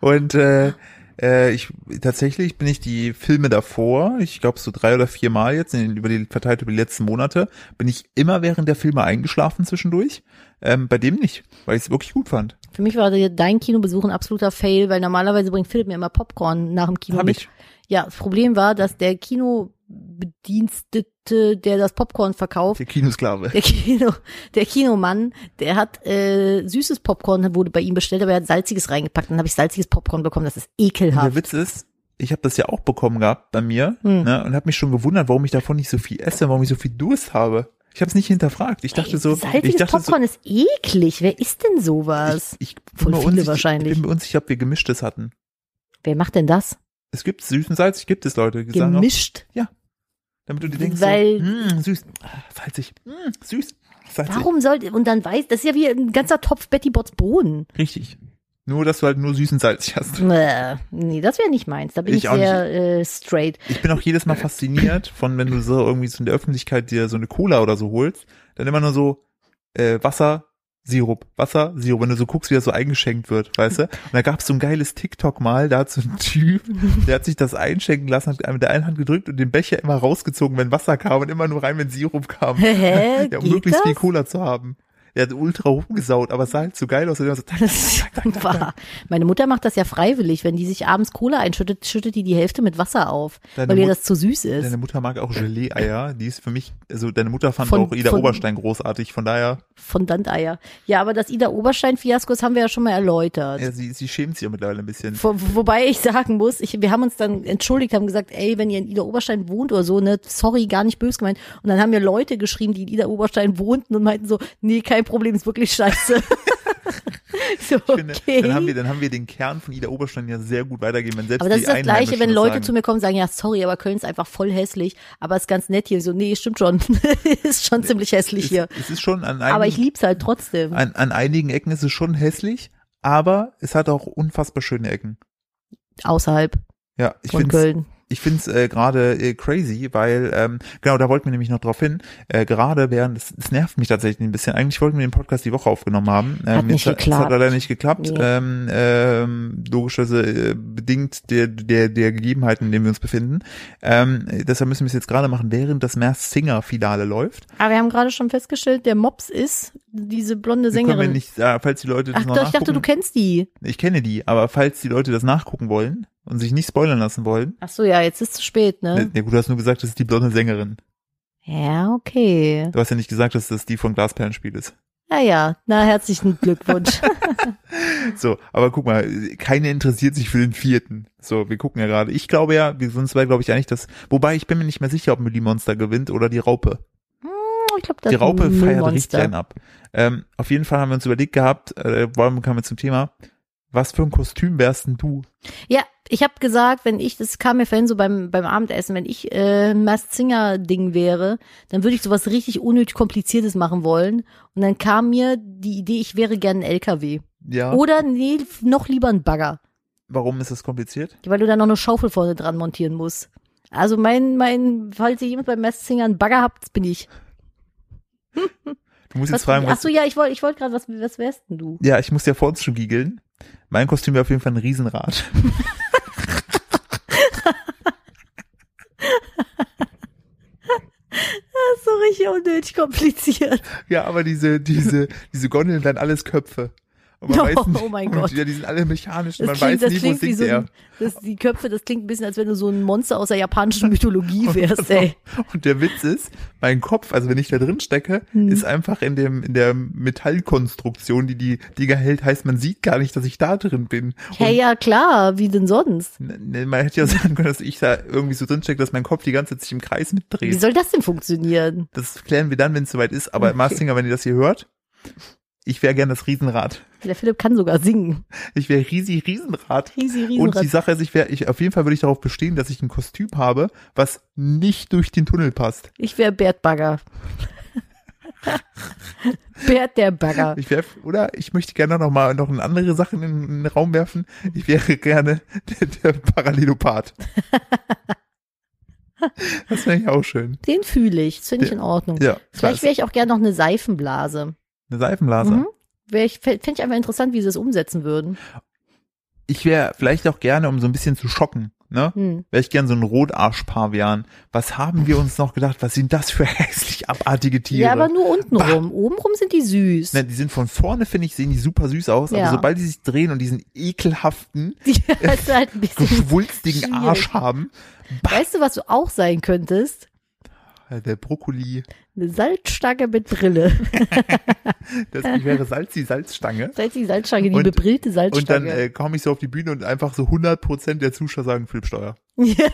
Und äh, äh, ich tatsächlich bin ich die Filme davor, ich glaube so drei oder vier Mal jetzt, in, den- über die, verteilt über die letzten Monate, bin ich immer während der Filme eingeschlafen zwischendurch. Ähm, bei dem nicht, weil ich es wirklich gut fand. Für mich war der- dein Kinobesuch ein absoluter Fail, weil normalerweise bringt Philipp mir immer Popcorn nach dem Kino. Hab mit. ich. Ja, das Problem war, dass der Kinobedienstete, der das Popcorn verkauft, Der Kinosklave. der Kino, der Kinomann, der hat äh, süßes Popcorn wurde bei ihm bestellt, aber er hat salziges reingepackt. Dann habe ich salziges Popcorn bekommen. Das ist Und der ekelhaft. Witz ist, ich habe das ja auch bekommen gehabt bei mir Hm. ne, und habe mich schon gewundert, warum ich davon nicht so viel esse, warum ich so viel Durst habe. Ich habe es nicht hinterfragt. Ich dachte so, salziges ich dachte so, Popcorn ist eklig. Wer isst denn sowas? ich, ich bin Voll mir viele unsicher- wahrscheinlich. Ich bin mir unsicher, ob wir gemischtes hatten. Wer macht denn das? Es gibt süßen Salz, gibt es Leute, die sagen auch, Gemischt. damit du dir denkst, Weil- so, "Mm, süß, ah, salzig, mm, süß, salzig. Warum sollte, und dann weiß, das ist ja wie ein ganzer Topf Betty Bots Bohnen. Richtig. Nur, dass du halt nur süßen Salz hast. Bäh, Äh, Nee, das wäre nicht meins. Da bin Ich ich, auch sehr äh, straight. Ich bin auch jedes Mal fasziniert von, wenn du so irgendwie so in der Öffentlichkeit dir so eine Cola oder so holst, dann immer nur so äh, Wasser, Sirup, Wasser, Sirup. Wenn du so guckst, wie das so eingeschenkt wird, weißt du? Und da gab es so ein geiles TikTok mal, da hat so ein Typ, der hat sich das einschenken lassen, hat mit der einen Hand gedrückt und den Becher immer rausgezogen, wenn Wasser kam und immer nur rein, wenn Sirup kam. Hä? Ja, um Geht möglichst das? viel Cola zu haben. Er hat ultra rumgesaut, aber es sah halt so geil aus. Und er war so, tack, Das tack, tack, tack, tack. war. Meine Mutter macht das ja freiwillig. Wenn die sich abends Cola einschüttet, schüttet die die Hälfte mit Wasser auf, Deine weil ihr Mut- das zu süß ist. Deine Mutter mag auch Gelee-Eier. Die ist für mich, also deine Mutter fand Von- auch Ida von- Oberstein großartig. Von daher, Von Dandeier. Ja, aber das Ida Oberstein-Fiasko, das haben wir ja schon mal erläutert. ja, sie, sie schämt sich ja mittlerweile ein bisschen. Wo, wobei ich sagen muss, ich, wir haben uns dann entschuldigt, haben gesagt, ey, wenn ihr in Ida Oberstein wohnt oder so, ne, sorry, gar nicht böse gemeint. Und dann haben mir Leute geschrieben, die in Ida Oberstein wohnten und meinten so, nee, kein Problem, ist wirklich scheiße. so, Ich finde, okay. dann, haben wir, dann haben wir den Kern von Ida Oberstein ja sehr gut weitergegeben. Wenn selbst aber das die ist das Gleiche, Einheimischen wenn das Leute sagen. zu mir kommen und sagen, ja, sorry, aber Köln ist einfach voll hässlich, aber ist ganz nett hier. So, nee, stimmt schon, ist schon ziemlich hässlich hier. Es, es ist schon an Aber ich einigen, lieb's halt trotzdem. an, an einigen Ecken ist es schon hässlich, aber es hat auch unfassbar schöne Ecken. Außerhalb Ja, ich von finde Köln. Ich find's äh, gerade äh, crazy, weil, ähm, genau, da wollten wir nämlich noch drauf hin, äh, gerade während, das, das nervt mich tatsächlich ein bisschen, eigentlich wollten wir den Podcast die Woche aufgenommen haben. Ähm, Hat nicht jetzt, geklappt. Das hat leider nicht geklappt, Nee. ähm, ähm, logischerweise äh, bedingt der, der, der Gegebenheiten, in denen wir uns befinden. Ähm, deshalb müssen wir es jetzt gerade machen, während das Masked Singer-Finale läuft. Aber wir haben gerade schon festgestellt, der Mops ist diese blonde Wir können wir Sängerin. nicht, äh, falls die Leute das Ach noch doch, ich dachte, du nachgucken, kennst die. ich kenne die, aber falls die Leute das nachgucken wollen und sich nicht spoilern lassen wollen, Ach so, ja, jetzt ist zu spät, ja, ne? gut, du hast nur gesagt, das ist die blonde Sängerin. Ja, okay. Du hast ja nicht gesagt, dass das die von Glasperlenspiel ist. Ja, ja. Na, herzlichen Glückwunsch. So, aber guck mal, keine interessiert sich für den vierten. So, wir gucken ja gerade. Ich glaube ja, wir sind zwei, glaube ich, eigentlich das. Wobei ich bin mir nicht mehr sicher, ob Millie Monster gewinnt oder die Raupe. ich glaube, das die ist ein Raupe feiert Müllmonster. richtig einen ab. Ähm, auf jeden Fall haben wir uns überlegt gehabt, äh, warum kamen wir zum Thema? Was für ein Kostüm wärst denn du? Ja, ich habe gesagt, wenn ich, das kam mir vorhin so beim, beim Abendessen, wenn ich äh, ein Masked Singer Ding wäre, dann würde ich sowas richtig unnötig kompliziertes machen wollen. Und dann kam mir die Idee, ich wäre gern ein LKW. Ja. Oder nee, noch lieber ein Bagger, Warum ist das kompliziert? weil du da noch eine Schaufel vorne dran montieren musst. Also mein, mein, falls ihr jemand beim Masked Singer einen Bagger habt, das bin ich. Du musst Was, jetzt fragen, ach was. so, ja, ich wollte ich wollt gerade, was, was wärst denn du? Ja, ich muss ja vor uns schon giegeln. Mein Kostüm wäre auf jeden Fall ein Riesenrad. Das ist so richtig unnötig kompliziert. Ja, aber diese, diese, diese Gondeln wären alles Köpfe. Und man weiß nicht, oh mein und Gott. ja, die sind alle mechanisch, man klingt, weiß nie, wo klingt wie singt so der. ein, das, die Köpfe, das klingt ein bisschen, als wenn du so ein Monster aus der japanischen Mythologie wärst, Also. ey. Und der Witz ist, mein Kopf, also wenn ich da drin stecke, Hm. ist einfach in dem in der Metallkonstruktion, die die Dinger hält, heißt man sieht gar nicht, dass ich da drin bin. Ja, ja, klar, wie denn sonst? Und n- n- man hätte ja sagen können, dass ich da irgendwie so drin stecke, dass mein Kopf die ganze Zeit sich im Kreis Wie mitdreht. soll das denn funktionieren? Das klären wir dann, wenn es soweit ist. Aber Okay. Mastinger, wenn ihr das hier hört, ich wäre gern das Riesenrad. Der Philipp kann sogar singen. Ich wäre riesig Riesenrad. Riesi, Und die Riesenrad. Sache ist, ich wäre, ich, auf jeden Fall würde ich darauf bestehen, dass ich ein Kostüm habe, was nicht durch den Tunnel passt. Ich wäre Bert Bagger. Bert der Bagger. Ich wäre, oder? Ich möchte gerne noch mal noch eine andere Sache in, in den Raum werfen. Ich wäre gerne der, der Parallelopath. das wäre ich auch schön. Den fühle ich. Das finde ich in Ordnung. Ja. Vielleicht das- wäre ich auch gerne noch eine Seifenblase. eine Seifenblase. Mhm. Wär ich, Fände ich einfach interessant, wie sie es umsetzen würden. Ich wäre vielleicht auch gerne, um so ein bisschen zu schocken, ne? Hm. Wäre ich gern so ein Rotarsch-Pavian. Was haben wir uns noch gedacht? Was sind das für hässlich abartige Tiere? Ja, aber nur untenrum. Obenrum sind die süß. Ne, die sind von vorne, finde ich, sehen die super süß aus, Ja. aber sobald die sich drehen und diesen ekelhaften, Die hat halt ein bisschen geschwulstigen schwierig. Arsch haben, Weißt du, was du auch sein könntest? äh, der Brokkoli, Eine Salzstange mit Brille. das ich wäre Salz, die Salzstange. Das heißt die Salzstange, die Und- bebrillte Und dann Salzstange. äh, komme ich so auf die Bühne und einfach so 100% der Zuschauer sagen, Philipp Steuer. ja.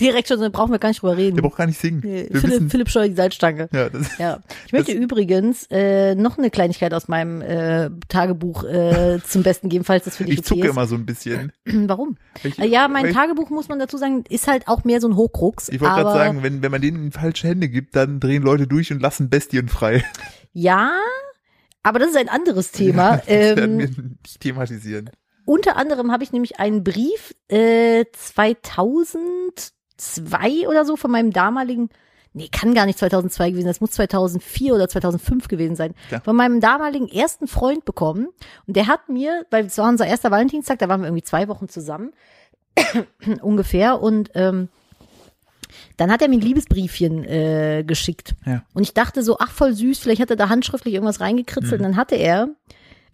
Direkt schon, dann brauchen wir gar nicht drüber reden. Der braucht gar nicht singen. Hm. Nee, Wir Philipp, wissen, Philipp Scheuer, die Salzstange. ja, das, Ja. Ich möchte übrigens äh, noch eine Kleinigkeit aus meinem äh, Tagebuch äh, zum Besten geben, falls das für dich ich okay zucke ist. immer so ein bisschen. Warum? Ich, Äh, Ah Ja, mein weil Tagebuch, muss man dazu sagen, ist halt auch mehr so ein Hochkrux. Ich wollte gerade aber- sagen, wenn, wenn man denen in falsche Hände gibt, dann drehen Leute durch und lassen Bestien frei. Ja, aber das ist ein anderes Thema. Das werden ähm, wir nicht thematisieren. Unter anderem habe ich nämlich einen Brief äh, 2002 oder so von meinem damaligen, nee, kann gar nicht 2002 gewesen sein, das muss 2004 oder 2005 gewesen sein, Ja. von meinem damaligen ersten Freund bekommen. Und der hat mir, weil es war unser erster Valentinstag, da waren wir irgendwie zwei Wochen zusammen, ungefähr, und ähm, dann hat er mir ein Liebesbriefchen äh, geschickt. Ja. Und ich dachte so, ach voll süß, vielleicht hat er da handschriftlich irgendwas Mhm. reingekritzelt. Und dann hatte er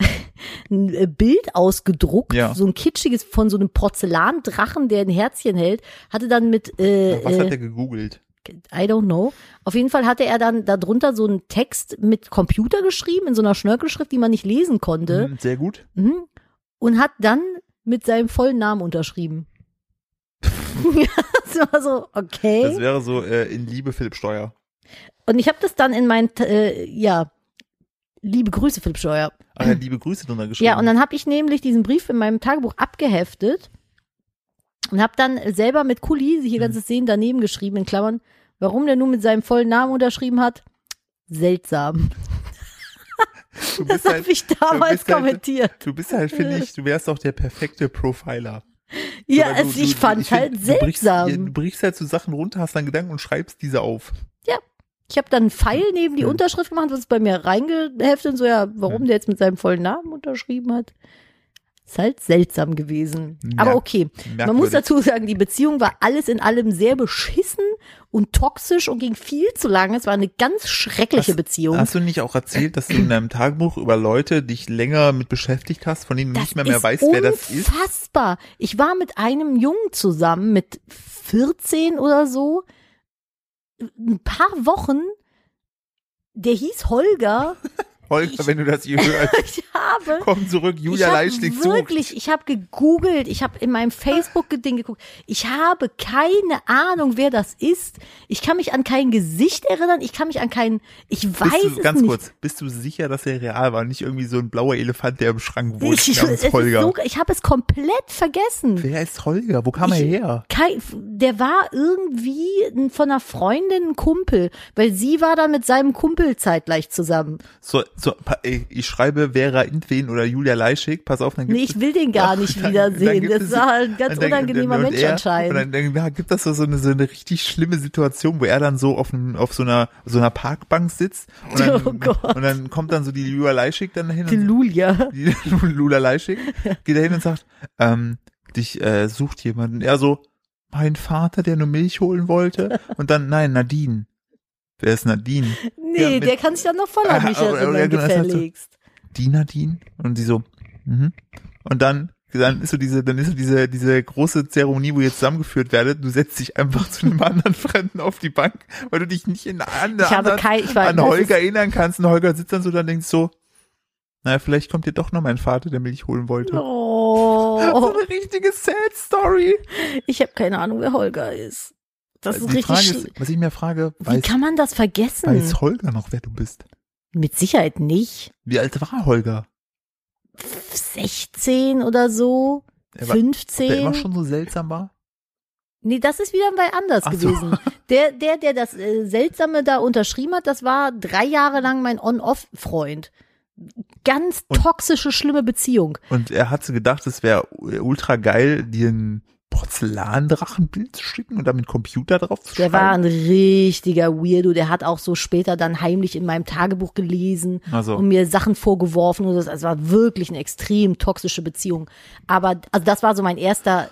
ein äh, Bild ausgedruckt, Ja. so ein kitschiges von so einem Porzellandrachen, der ein Herzchen hält, hatte dann mit äh, Nach was äh, hat er gegoogelt? I don't know. Auf jeden Fall hatte er dann darunter so einen Text mit Computer geschrieben in so einer Schnörkelschrift, die man nicht lesen konnte, Hm, Sehr gut. Mhm. und hat dann mit seinem vollen Namen unterschrieben. das war so okay. Das wäre so äh, in Liebe Philipp Steuer. Und ich habe das dann in mein, äh, ja, liebe Grüße, Philipp Scheuer. Ach, Ah ja, liebe Grüße drunter geschrieben. Ja, und dann habe ich nämlich diesen Brief in meinem Tagebuch abgeheftet und habe dann selber mit Kuli, hier Hm. ganzes Sehen daneben geschrieben, in Klammern, warum der nun mit seinem vollen Namen unterschrieben hat. Seltsam. du bist Das habe halt, ich damals bist halt- kommentiert. du bist halt, finde ich, du wärst auch der perfekte Profiler. Ja, Aber du- es, du- ich du- fand find, halt du brichst, ja, Du seltsam. brichst halt so Sachen runter, hast dann Gedanken und schreibst diese auf. Ich habe dann einen Pfeil neben die Hm. Unterschrift gemacht, was es bei mir reingeheftet und so, ja, warum der jetzt mit seinem vollen Namen unterschrieben hat. Ist halt seltsam gewesen. Aber Ja. okay. Man muss Merkwürdig. dazu sagen, die Beziehung war alles in allem sehr beschissen und toxisch und ging viel zu lange. Es war eine ganz schreckliche Hast- Beziehung. Hast du nicht auch erzählt, dass du in deinem Tagebuch über Leute dich länger mit beschäftigt hast, von denen du nicht mehr, mehr ist weißt, wer das ist? Unfassbar. Ich war mit einem Jungen zusammen, mit 14 oder so, ein paar Wochen. Der hieß Holger. Holger, Ich- wenn du das hier hörst, Ich habe komm zurück, Julia ich Leischlich hab sucht. Ah. wirklich, ich habe gegoogelt, ich habe in meinem Facebook-Ding geguckt. Ich habe keine Ahnung, wer das ist. Ich kann mich an kein Gesicht erinnern. Ich kann mich an keinen. Ich weiß Bist du, es ganz nicht. kurz, bist du sicher, dass er real war, und nicht irgendwie so ein blauer Elefant, der im Schrank wohnt, ich, es namens ist Holger? so, ich habe es komplett vergessen. Wer ist Holger? Wo kam er Ich- her? Kein, der war irgendwie ein- von einer Freundin ein Kumpel, weil sie war dann mit seinem Kumpel zeitgleich zusammen. So, so, pa- ey, ich schreibe Vera Intwen oder Julia Leischig, pass auf, dann gibt Nee, es ich will den gar nicht Dann- dann wiedersehen. gibt Das es- war ein ganz Und dann- unangenehmer und Mensch er, anscheinend. Und dann, dann gibt das so so eine, so eine richtig schlimme Situation, wo er dann so auf, einem- auf so einer so einer Parkbank sitzt und dann, Oh Gott. und dann kommt dann so die Lula Leischig dann hin die und Lulia. die Lula Leischig geht da hin und sagt, ähm, dich äh, sucht jemand. Und er so, mein Vater, der nur Milch holen wollte. Und dann, nein, Nadine. Wer ist Nadine? Nee, mit- der kann sich dann noch voll an mich Ah, oder- oder erinnern, genau, das heißt so. gefälligst. die Nadine? Und sie so, mhm. Und dann, dann ist so diese, dann ist so diese, diese große Zeremonie, wo ihr zusammengeführt werdet. Du setzt dich einfach zu einem anderen Fremden auf die Bank, weil du dich nicht in an, Ich habe anderen, kein, ich war, an Holger erinnern kannst. Und Holger sitzt dann so, dann denkst du so, naja, vielleicht kommt dir doch noch mein Vater, der Milch holen wollte. So Oh, eine richtige Sad Story. ich habe keine Ahnung, wer Holger ist. Das ist die richtig. Frage schli- ist, was ich mir frage, Wie weiß, kann man das vergessen? weiß Holger noch, wer du bist? Mit Sicherheit nicht. Wie alt war Holger? 16 oder so, Er war, ob er immer 15. schon so seltsam war? Nee, das ist wieder bei anders Ach so. gewesen. Der, der, der das äh, Seltsame da unterschrieben hat, das war drei Jahre lang mein On-Off-Freund. Ganz Und- toxische, schlimme Beziehung. Und er hat so gedacht, es wäre ultra geil, dir ein Porzellandrachenbild zu schicken und damit Computer drauf zu Der schreiben. war ein richtiger Weirdo. Der hat auch so später dann heimlich in meinem Tagebuch gelesen also, und mir Sachen vorgeworfen. Und das, es war wirklich eine extrem toxische Beziehung. Aber also das war so mein erster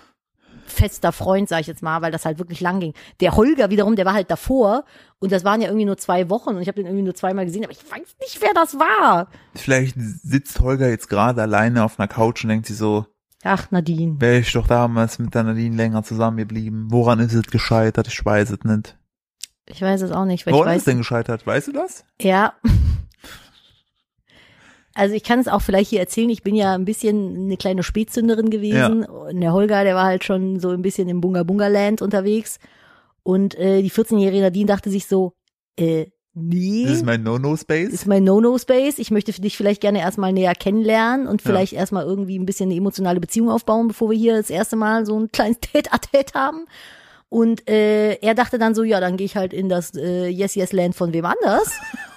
fester Freund, sage ich jetzt mal, weil das halt wirklich lang ging. Der Holger wiederum, der war halt davor und das waren ja irgendwie nur zwei Wochen und ich habe den irgendwie nur zweimal gesehen, aber ich weiß nicht, wer das war. vielleicht sitzt Holger jetzt gerade alleine auf einer Couch und denkt sich so, Ach, Nadine. wäre ich doch damals mit der Nadine länger zusammengeblieben. Woran ist es gescheitert? Ich weiß es nicht. Ich weiß es auch nicht, weil Woran ist ich weiß. es denn gescheitert? Weißt du das? Ja. Also ich kann es auch vielleicht hier erzählen, ich bin ja ein bisschen eine kleine Spätzünderin gewesen. Und der Holger, der war halt schon so ein bisschen im Bunga Bunga Land unterwegs. Und äh, die 14-jährige Nadine dachte sich so, äh, nee, Das ist mein No-No-Space. ist mein No-No-Space. Ich möchte dich vielleicht gerne erstmal näher kennenlernen und vielleicht erstmal irgendwie ein bisschen eine emotionale Beziehung aufbauen, bevor wir hier das erste Mal so ein kleines Tête-à-Tête haben. Und äh, er dachte dann so, ja, dann gehe ich halt in das äh, Yes-Yes-Land von wem anders.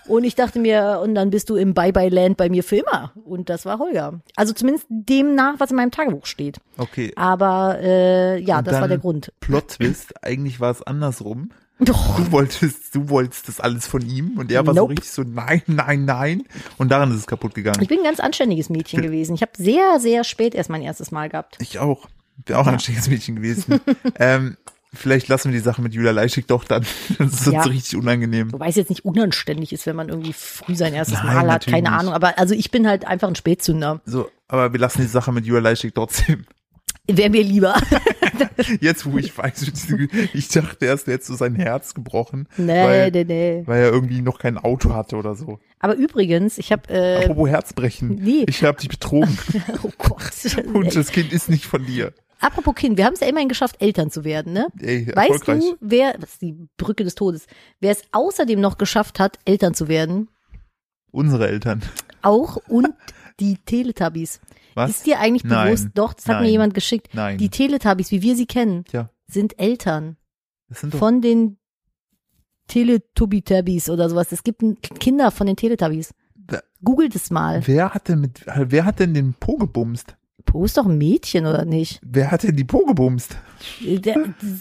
Und ich dachte mir, und dann bist du im Bye-Bye-Land bei mir für immer. Und das war Holger. Also zumindest dem nach, was in meinem Tagebuch steht. Okay. Aber äh, ja, Und das war dann- der Grund. Plot-Twist, eigentlich war es andersrum. Doch. Du wolltest, du wolltest das alles von ihm und er war so Nope. richtig so, nein, nein, nein. Und daran ist es kaputt gegangen. Ich bin ein ganz anständiges Mädchen gewesen. Ich habe sehr, sehr spät erst mein erstes Mal gehabt. Ich auch. Bin auch ein anständiges Mädchen gewesen. ähm, vielleicht lassen wir die Sache mit Julia Leischig doch dann. Das ist uns Ja. so richtig unangenehm. Wobei es jetzt nicht unanständig ist, wenn man irgendwie früh sein erstes Nein, Mal hat, natürlich keine nicht. Ahnung. Aber also ich bin halt einfach ein Spätzünder. So, aber wir lassen die Sache mit Julia Leischig trotzdem. Wäre mir lieber. Jetzt, wo ich weiß, wie diese- ich dachte erst, er hätte so sein Herz gebrochen, nee, weil, nee, nee. weil er irgendwie noch kein Auto hatte oder so. Aber übrigens, ich habe, äh, Apropos Herzbrechen. nee. Ich habe dich betrogen oh Gott. und das Kind ist nicht von dir. Apropos Kind, wir haben es ja immerhin geschafft, Eltern zu werden, ne? Ey, Weißt erfolgreich. du, wer, was ist die Brücke des Todes, wer es außerdem noch geschafft hat, Eltern zu werden, Unsere Eltern. auch und die Teletubbies. Was? Ist dir eigentlich Nein. bewusst, doch, das hat mir Nein. jemand geschickt, Nein. die Teletubbies, wie wir sie kennen, Tja, sind Eltern. das sind doch von den Teletubby-Tabbies oder sowas. Es gibt ein- Kinder von den Teletubbies. Da- Googelt es mal. Wer hat denn mit, wer hat denn den Po gebumst? Po ist doch ein Mädchen, oder nicht? Wer hat denn die Po gebumst? Der,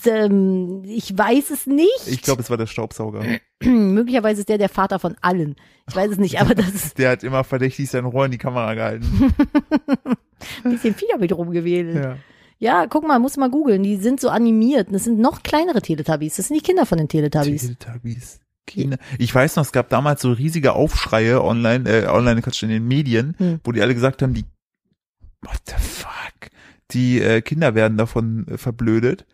ähm, ich weiß es nicht. Ich glaube, es war der Staubsauger. Möglicherweise ist der der Vater von allen. Ich weiß es nicht, aber das ist Der hat immer verdächtig sein Rohr in die Kamera gehalten. ein bisschen viel damit rumgewählt. ja. Ja. guck mal, muss mal googeln. Die sind so animiert. Das sind noch kleinere Teletubbies. Das sind die Kinder von den Teletubbies. Teletubbies. Kinder. Ich weiß noch, es gab damals so riesige Aufschreie online, äh, online Quatsch, in den Medien, Hm. wo die alle gesagt haben, die, what the fuck, die äh, Kinder werden davon äh, verblödet.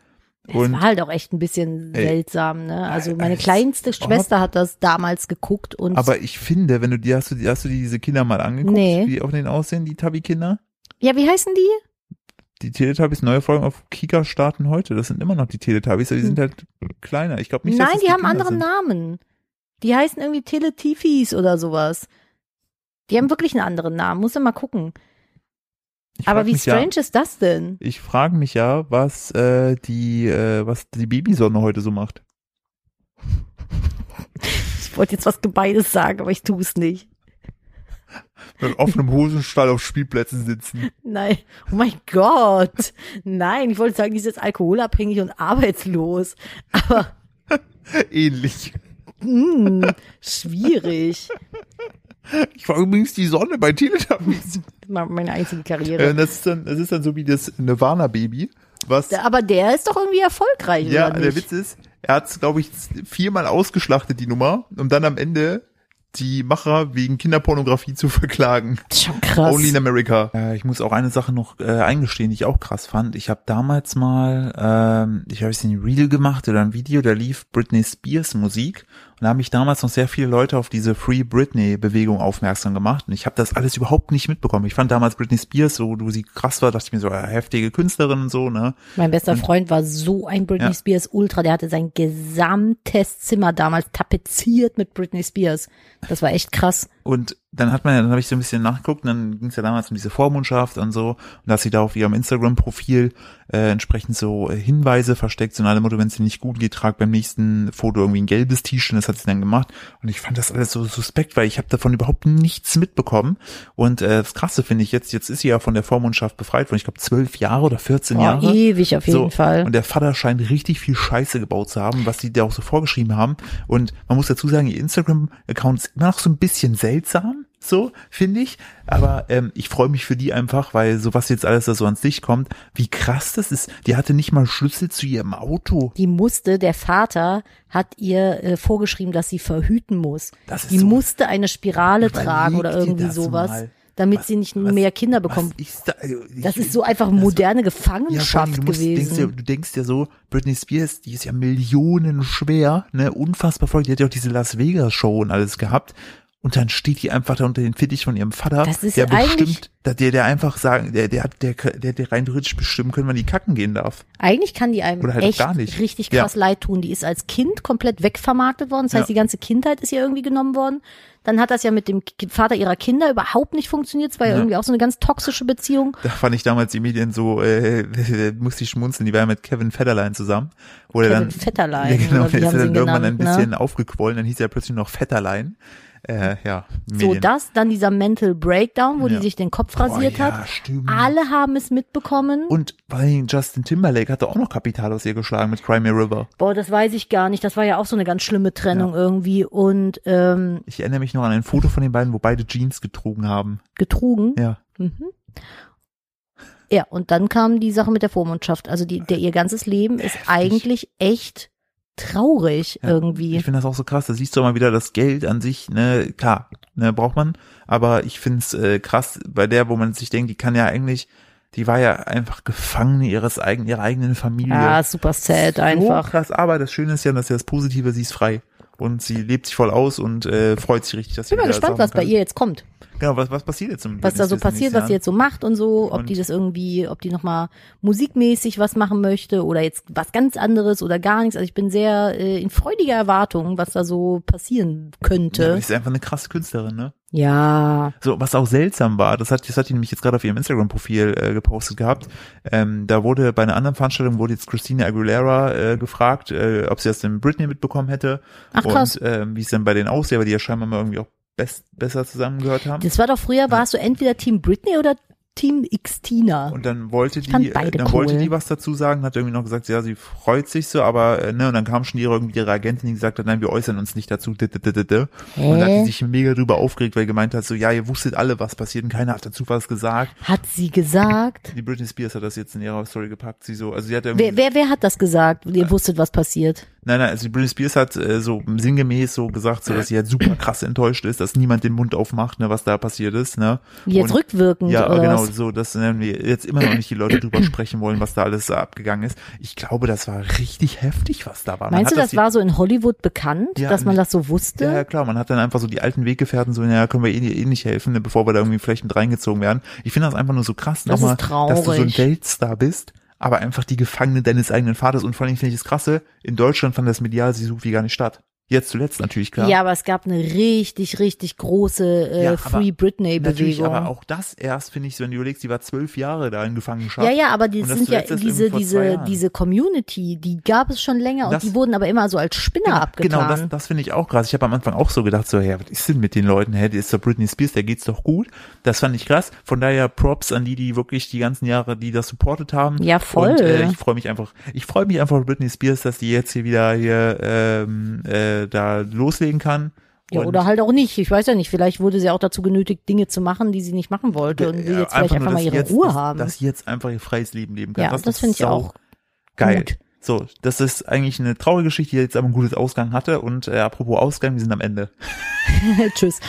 Das war Und halt auch echt ein bisschen Ey. seltsam, ne? Also meine Als kleinste ob. Schwester hat das damals geguckt und aber ich finde, wenn du die hast du die hast du die diese Kinder mal angeguckt, Nee. wie auf den aussehen, die Tabi Kinder? ja, wie heißen die? die Teletubbies neue Folgen auf Kika starten heute. Das sind immer noch die Teletubbies, aber die sind halt kleiner. Ich glaube nicht, dass Hm. Nein, das die, haben Kinder anderen sind. Namen. Die heißen irgendwie Teletifis oder sowas. Die haben wirklich einen anderen Namen. Muss ja mal gucken. Ich Aber frag wie mich strange Ja, ist das denn? ich frage mich ja, was äh, die äh, was die Babysonne heute so macht. Ich wollte jetzt was Gemeines sagen, aber ich tue es nicht. Mit offenem Hosenstall auf Spielplätzen sitzen. Nein. Oh mein Gott. Nein, ich wollte sagen, die ist jetzt alkoholabhängig und arbeitslos. Aber Ähnlich. mh, Hm, schwierig. Ich war übrigens die Sonne bei Teletubbies. Das war Meine einzige Äh, Karriere. das ist dann das ist dann so wie das Nirvana Baby, was Aber der ist doch irgendwie erfolgreich, Äh, Ja, oder der Witz nicht? ist, er hat glaube ich, viermal ausgeschlachtet, die Nummer, um dann am Ende die Macher wegen Kinderpornografie zu verklagen. Das ist schon krass. Only in America. Äh, ich muss auch eine Sache noch äh, eingestehen, die ich auch krass fand. Ich habe damals mal, ähm, ich habe es in Reel gemacht oder ein Video, da lief Britney Spears Musik und da haben mich damals noch sehr viele Leute auf diese Free Britney Bewegung aufmerksam gemacht und ich habe das alles überhaupt nicht mitbekommen. Ich fand damals Britney Spears, so du sie krass war, dachte ich mir so, äh, heftige Künstlerin und so, ne? Mein bester Freund war so ein Britney Ja. Spears Ultra, der hatte sein gesamtes Zimmer damals tapeziert mit Britney Spears. Das war echt krass. Und dann hat man, ja- dann habe ich so ein bisschen nachgeguckt, und dann ging es ja damals um diese Vormundschaft und so, und dass sie da auf ihrem Instagram-Profil äh, entsprechend so äh, Hinweise versteckt, so nach dem Motto, wenn es dir nicht gut geht, trag beim nächsten Foto irgendwie ein gelbes T-Shirt, und das hat sie dann gemacht. Und ich fand das alles so suspekt, weil ich habe davon überhaupt nichts mitbekommen. Und äh, das Krasse finde ich jetzt, jetzt ist sie ja von der Vormundschaft befreit worden, ich glaube zwölf Jahre oder 14 Boah, Jahre. ewig auf jeden So, Fall. Und der Vater scheint richtig viel Scheiße gebaut zu haben, was die da auch so vorgeschrieben haben. Und man muss dazu sagen, ihr Instagram-Account ist immer noch so ein bisschen seltsam, so, finde ich. Aber ähm, ich freue mich für die einfach, weil so was jetzt alles da so ans Licht kommt, wie krass das ist. Die hatte nicht mal Schlüssel zu ihrem Auto. Die musste, der Vater hat ihr äh, vorgeschrieben, dass sie verhüten muss. Das ist Die so- musste eine Spirale Überleg tragen oder dir irgendwie das sowas, mal. damit Was- sie nicht was- mehr Kinder bekommt. Was ist da, Also, ich, Das ist so einfach das- moderne Ja, vor allem, Gefangenschaft du, musst, denkst ja, gewesen. du denkst ja so, Britney Spears, die ist ja millionenschwer, ne, unfassbar voll. Die hat ja auch diese Las Vegas Show und alles gehabt. Und dann steht die einfach da unter den Fittich von ihrem Vater, Das ist der eigentlich- bestimmt, der, der, der einfach sagen, der, der hat, der, der, der rein theoretisch bestimmen können, wann die kacken gehen darf. Eigentlich kann die einem Oder halt auch echt gar nicht. richtig Ja. krass leid tun. Die ist als Kind komplett wegvermarktet worden. Das heißt, Ja. die ganze Kindheit ist ihr irgendwie genommen worden. Dann hat das ja mit dem Ki- Vater ihrer Kinder überhaupt nicht funktioniert. Es war ja, Ja. irgendwie auch so eine ganz toxische Beziehung. Da fand ich damals die Medien so, äh, musste ich schmunzeln, die war ja mit Kevin Federline zusammen. Wo der Kevin dann, Federline, Ja, genau, oder wie der ist haben ja sie dann ihn irgendwann genannt, ein ne? bisschen aufgequollen, dann hieß er plötzlich noch Fetterlein. Äh, ja, So Medien. das, dann dieser Mental Breakdown, wo Ja. die sich den Kopf Boah, rasiert ja, hat. Stimmt. Alle haben es mitbekommen. Und vor allem Justin Timberlake hatte auch noch Kapital aus ihr geschlagen mit Cry Me River. Boah, das weiß ich gar nicht. Das war ja auch so eine ganz schlimme Trennung irgendwie und ähm, Ich erinnere mich noch an ein Foto von den beiden, wo beide Jeans getrunken haben. getrugen. Ja. Mhm. Ja, und dann kam die Sache mit der Vormundschaft. Also die, der, ihr ganzes Leben ist eigentlich echt traurig Ja, irgendwie. Ich finde das auch so krass. Da siehst du mal wieder das Geld an sich, ne, klar, ne, braucht man. Aber ich finde es äh, krass bei der, wo man sich denkt, die kann ja eigentlich, die war ja einfach Gefangene ihres eigenen, ihrer eigenen Familie. Ah, super sad so einfach. krass, aber das Schöne ist ja, dass ja das Positive, sie ist frei. Und sie lebt sich voll aus und äh, freut sich richtig, dass Ich bin sie mal wieder gespannt, saufen was bei kann. ihr jetzt kommt. Genau, was, was passiert jetzt im Was da so nächsten passiert, was Jahr? sie jetzt so macht und so, ob Und- die das irgendwie, ob die nochmal musikmäßig was machen möchte oder jetzt was ganz anderes oder gar nichts. Also ich bin sehr äh, in freudiger Erwartung, was da so passieren Ja, aber könnte. sie ist einfach eine krasse Künstlerin, ne? Ja. So, was auch seltsam war, das hat, das hat die nämlich jetzt gerade auf ihrem Instagram-Profil äh, gepostet gehabt. Ähm, da wurde bei einer anderen Veranstaltung wurde jetzt Christina Aguilera äh, gefragt, äh, ob sie das in Britney mitbekommen hätte. Ach, krass. Und ähm, wie es denn bei denen aussieht, weil die ja scheinbar mal irgendwie auch best, besser zusammengehört haben. Das war doch früher, warst du entweder Team Britney oder Team Xtina. Und dann wollte Ich fand die, äh, beide dann cool. wollte die was dazu sagen, hat irgendwie noch gesagt, ja, sie freut sich so, aber äh, ne, und dann kam schon ihre, irgendwie ihre Agentin, die gesagt hat, nein, wir äußern uns nicht dazu. d- d- d- d- d. Und dann hat Hä? sie sich mega drüber aufgeregt, weil sie gemeint hat, so ja, ihr wusstet alle, was passiert und keiner hat dazu was gesagt. Hat sie gesagt? Die Britney Spears hat das jetzt in ihrer Story gepackt. Sie so, also sie hat irgendwie, Wer, wer, wer hat das gesagt? Äh, Ihr wusstet, was passiert. nein, nein, also die Britney Spears hat äh, so sinngemäß so gesagt, so dass sie halt super krass enttäuscht ist, dass niemand den Mund aufmacht, ne, was da passiert ist, ne. Jetzt Und- rückwirkend Ja, oder genau, was? so, dass ähm, wir jetzt immer noch nicht die Leute drüber sprechen wollen, was da alles äh, abgegangen ist. Ich glaube, das war richtig heftig, was da war. Man Meinst du, hat das war so in Hollywood bekannt, Ja, dass man nicht- das so wusste? Ja, ja, klar, man hat dann einfach so die alten Weggefährten so, naja, können wir eh, eh nicht helfen, ne, bevor wir da irgendwie vielleicht mit reingezogen werden. Ich finde das einfach nur so krass, Das nochmal, ist traurig. dass du so ein Weltstar bist, aber einfach die Gefangene deines eigenen Vaters. Und vor allem finde ich das Krasse, in Deutschland fand das medial sie so wie gar nicht statt. Jetzt zuletzt natürlich, klar. Ja, aber es gab eine richtig, richtig große äh, Ja, aber Free Natürlich, aber Britney-Bewegung. auch das erst, finde ich, wenn du überlegst, die war zwölf Jahre da in Gefangenschaft. Ja, ja, aber die Und das sind ja zuletzt erst diese, irgendwie vor zwei diese, Jahren. diese Community, die gab es schon länger Das- und die wurden aber immer so als Spinner abgetan. Genau, das, das finde ich auch krass. Ich habe am Anfang auch so gedacht, so, ja, was ist denn mit den Leuten? Hä, die ist doch Britney Spears, der geht's doch gut. Das fand ich krass. Von daher Props an die, die wirklich die ganzen Jahre, die das supportet haben. Ja, voll. Und, äh, ich freue mich einfach, ich freue mich einfach auf Britney Spears, dass die jetzt hier wieder hier ähm, äh, da loslegen kann. ja, Und, oder halt auch nicht. Ich weiß ja nicht, vielleicht wurde sie auch dazu genötigt, Dinge zu machen, die sie nicht machen wollte und will äh, jetzt vielleicht nur, einfach mal dass ihre jetzt, Ruhe dass, haben. Dass sie jetzt einfach ihr freies Leben leben kann. ja, das, ist finde ich sau auch geil. gut. So, das ist eigentlich eine traurige Geschichte, die jetzt aber ein gutes Ausgang hatte. Und äh, apropos Ausgang, wir sind am Ende. Tschüss.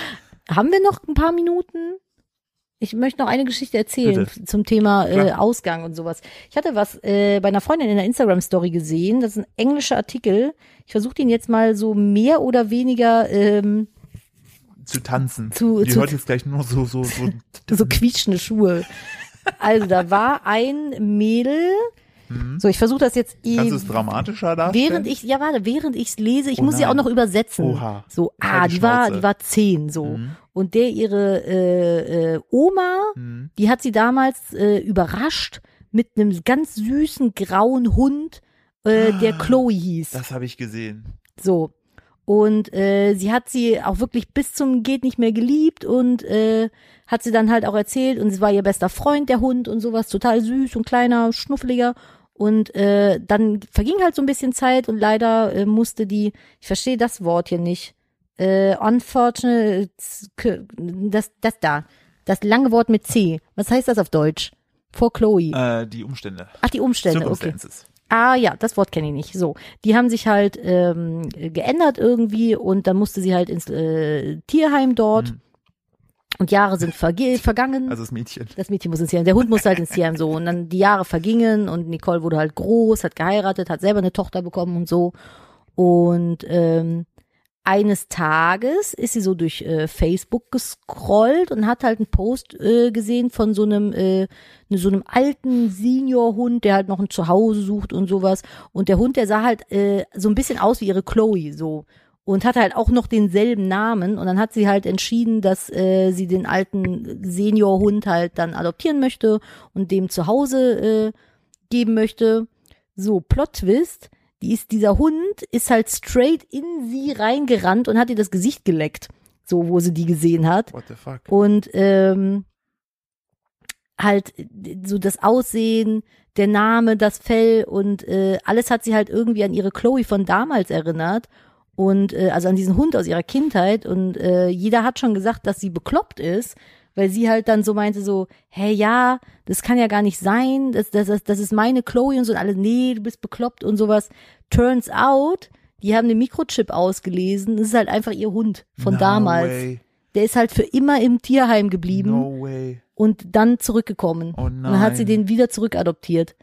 Haben wir noch ein paar Minuten? Ich möchte noch eine Geschichte erzählen Bitte. zum Thema äh, Klar. Ausgang und sowas. Ich hatte was äh, bei einer Freundin in der Instagram-Story gesehen. Das ist ein englischer Artikel. Ich versuche den jetzt mal so mehr oder weniger ähm, Zu tanzen. Zu- die zu- hört jetzt gleich nur so, so, so. so quietschende Schuhe. Also da war ein Mädel. So, ich versuche das jetzt eh. Mhm. Kannst du es dramatischer darstellen? Während ich, ja warte, während ich's lese, ich Oh muss sie auch nein. noch übersetzen. Oha. So, ah, Halt die die war, Schnauze. die war zehn, so. Mhm. Und der ihre äh, äh, Oma, Mhm. die hat sie damals äh, überrascht mit einem ganz süßen grauen Hund, äh, der Ah. Chloe hieß. Das habe ich gesehen. So. Und äh, sie hat sie auch wirklich bis zum Geht nicht mehr geliebt und äh, hat sie dann halt auch erzählt und es war ihr bester Freund, der Hund und sowas, total süß und kleiner, schnuffeliger. Und äh, dann verging halt so ein bisschen Zeit und leider äh, musste die, ich verstehe das Wort hier nicht, äh, unfortunate, das, das da, das lange Wort mit C. Was heißt das auf Deutsch? Vor Chloe. Äh, die Umstände. Ach, die Umstände, okay. Circumstances. Ah ja, das Wort kenne ich nicht. So, die haben sich halt ähm, geändert irgendwie und dann musste sie halt ins äh, Tierheim dort Mhm. und Jahre sind verge vergangen. Also das Mädchen. das Mädchen muss ins Tierheim, der Hund musste halt ins Tierheim so und dann die Jahre vergingen und Nicole wurde halt groß, hat geheiratet, hat selber eine Tochter bekommen und so und ähm, eines Tages ist sie so durch äh, Facebook gescrollt und hat halt einen Post äh, gesehen von so einem äh, so einem alten Seniorhund, der halt noch ein Zuhause sucht und sowas. Und der Hund, der sah halt äh, so ein bisschen aus wie ihre Chloe so und hatte halt auch noch denselben Namen. Und dann hat sie halt entschieden, dass äh, sie den alten Seniorhund halt dann adoptieren möchte und dem Zuhause äh, geben möchte. So, Plot-Twist. Die ist, dieser Hund ist halt straight in sie reingerannt und hat ihr das Gesicht geleckt. So, wo sie die gesehen hat. What the fuck? Und ähm, halt d- so das Aussehen, der Name, das Fell und äh, alles hat sie halt irgendwie an ihre Chloe von damals erinnert. Und äh, also an diesen Hund aus ihrer Kindheit. Und äh, jeder hat schon gesagt, dass sie bekloppt ist, weil sie halt dann so meinte so, hey ja, das kann ja gar nicht sein, das, das, das, das ist meine Chloe und so und alle, nee, du bist bekloppt und sowas. Turns out, die haben den Mikrochip ausgelesen, das ist halt einfach ihr Hund von no damals Way. der ist halt für immer im Tierheim geblieben No way. und dann zurückgekommen. Oh Und dann hat sie nein. den wieder zurückadoptiert.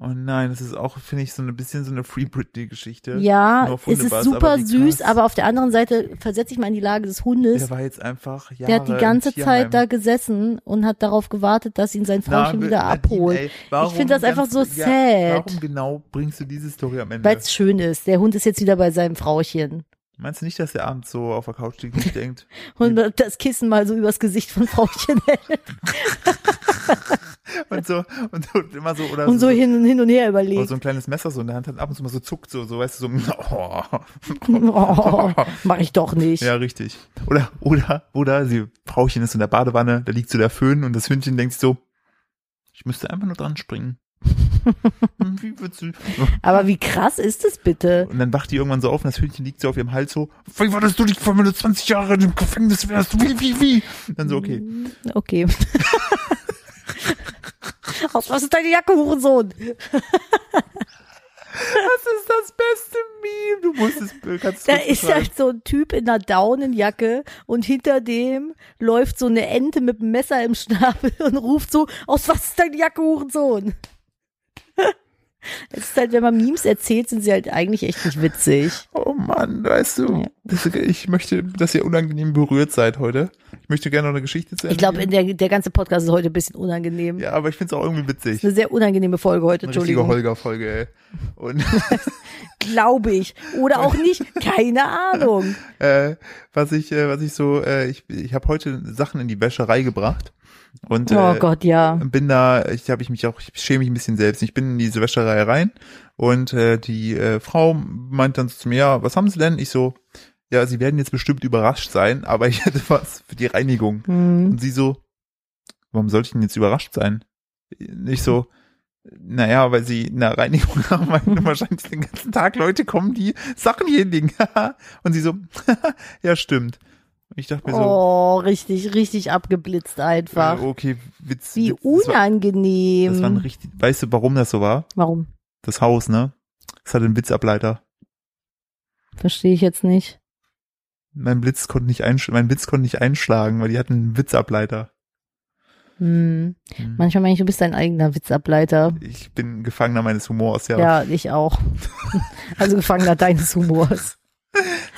Oh nein, das ist auch, finde ich, so ein bisschen so eine Free Britney-Geschichte. Nur Ja, auf es Hunde ist war es super aber wie süß, krass. aber auf der anderen Seite versetze ich mal in die Lage des Hundes. Der war jetzt einfach Jahre Der hat die im ganze Zeit da Tierheim. gesessen und hat darauf gewartet, dass ihn sein Na, Frauchen Nadine, wieder abholt. ey, warum finde das einfach so ganz- sad. Warum genau bringst du diese Story am Ende? Weil es schön ist. Der Hund ist jetzt wieder bei seinem Frauchen. Meinst du nicht, dass der abends so auf der Couch liegt und denkt, Und das Kissen mal so übers Gesicht von Frauchen hält und so, und, und immer so, oder und so hin und, hin und her oder überlegt. so ein kleines Messer so in der Hand hat, ab und zu mal so zuckt, so, so weißt du, so, oh. Oh, mach ich doch nicht. Ja, richtig. Oder, oder, oder, sie, Frauchen ist in der Badewanne, da liegt so der Föhn und das Hündchen denkt sich so, ich müsste einfach nur dran springen. Wie würdest du? Aber wie krass ist es bitte? Und dann wacht die irgendwann so auf und das Hündchen liegt so auf ihrem Hals so, wie würdest du dich, wenn du 20 Jahre im Gefängnis wärst? Wie, wie, wie? Und dann so, Mhm. okay. Mm, Okay. Aus was ist deine Jacke, Hurensohn? Das ist das beste Meme. Du musst es, kannst es Da kurz ist beschreiben. halt so ein Typ in einer Daunenjacke und hinter dem läuft so eine Ente mit einem Messer im Schnabel und ruft so, aus was ist deine Jacke, Hurensohn? Es ist halt, wenn man Memes erzählt, sind sie halt eigentlich echt nicht witzig. Oh Mann, weißt du, Ja. das, ich möchte, dass ihr unangenehm berührt seid heute. Ich möchte gerne noch eine Geschichte zu Ende Ich glaube, geben. der, der ganze Podcast ist heute ein bisschen unangenehm. Ja, aber ich find's auch irgendwie witzig. Eine sehr unangenehme Folge heute, Eine richtige Entschuldigung. Holger-Folge, ey. Und Glaube ich. Oder auch nicht. Keine Ahnung. äh, was ich, äh, was ich so, äh, ich, ich habe heute Sachen in die Wäscherei gebracht und Oh äh, Gott, ja. bin da, ich habe ich mich auch, ich schäme mich ein bisschen selbst. Ich bin in diese Wäscherei rein und äh, die äh, Frau meint dann so zu mir, ja, was haben Sie denn? Ich so, ja, Sie werden jetzt bestimmt überrascht sein, aber ich hätte was für die Reinigung. Hm. Und sie so, warum sollte ich denn jetzt überrascht sein? Nicht so, naja, weil sie eine Reinigung haben, weil wahrscheinlich den ganzen Tag Leute kommen, die Sachen hier liegen. Und sie so, ja, stimmt. Ich dachte mir so, Oh, richtig, richtig abgeblitzt äh, einfach. okay, Witz. Wie Witz. Das war, unangenehm. das war ein richtig, weißt du, warum das so war? Warum? Das Haus, ne? Es hatte einen Blitzableiter. Verstehe ich jetzt nicht. Mein Blitz konnte nicht, einsch mein Blitz konnte nicht einschlagen, weil die hatten einen Blitzableiter. Hm. Hm. Manchmal meine ich, du bist dein eigener Witzableiter. Ich bin Gefangener meines Humors, ja. Ja, ich auch. also Gefangener deines Humors.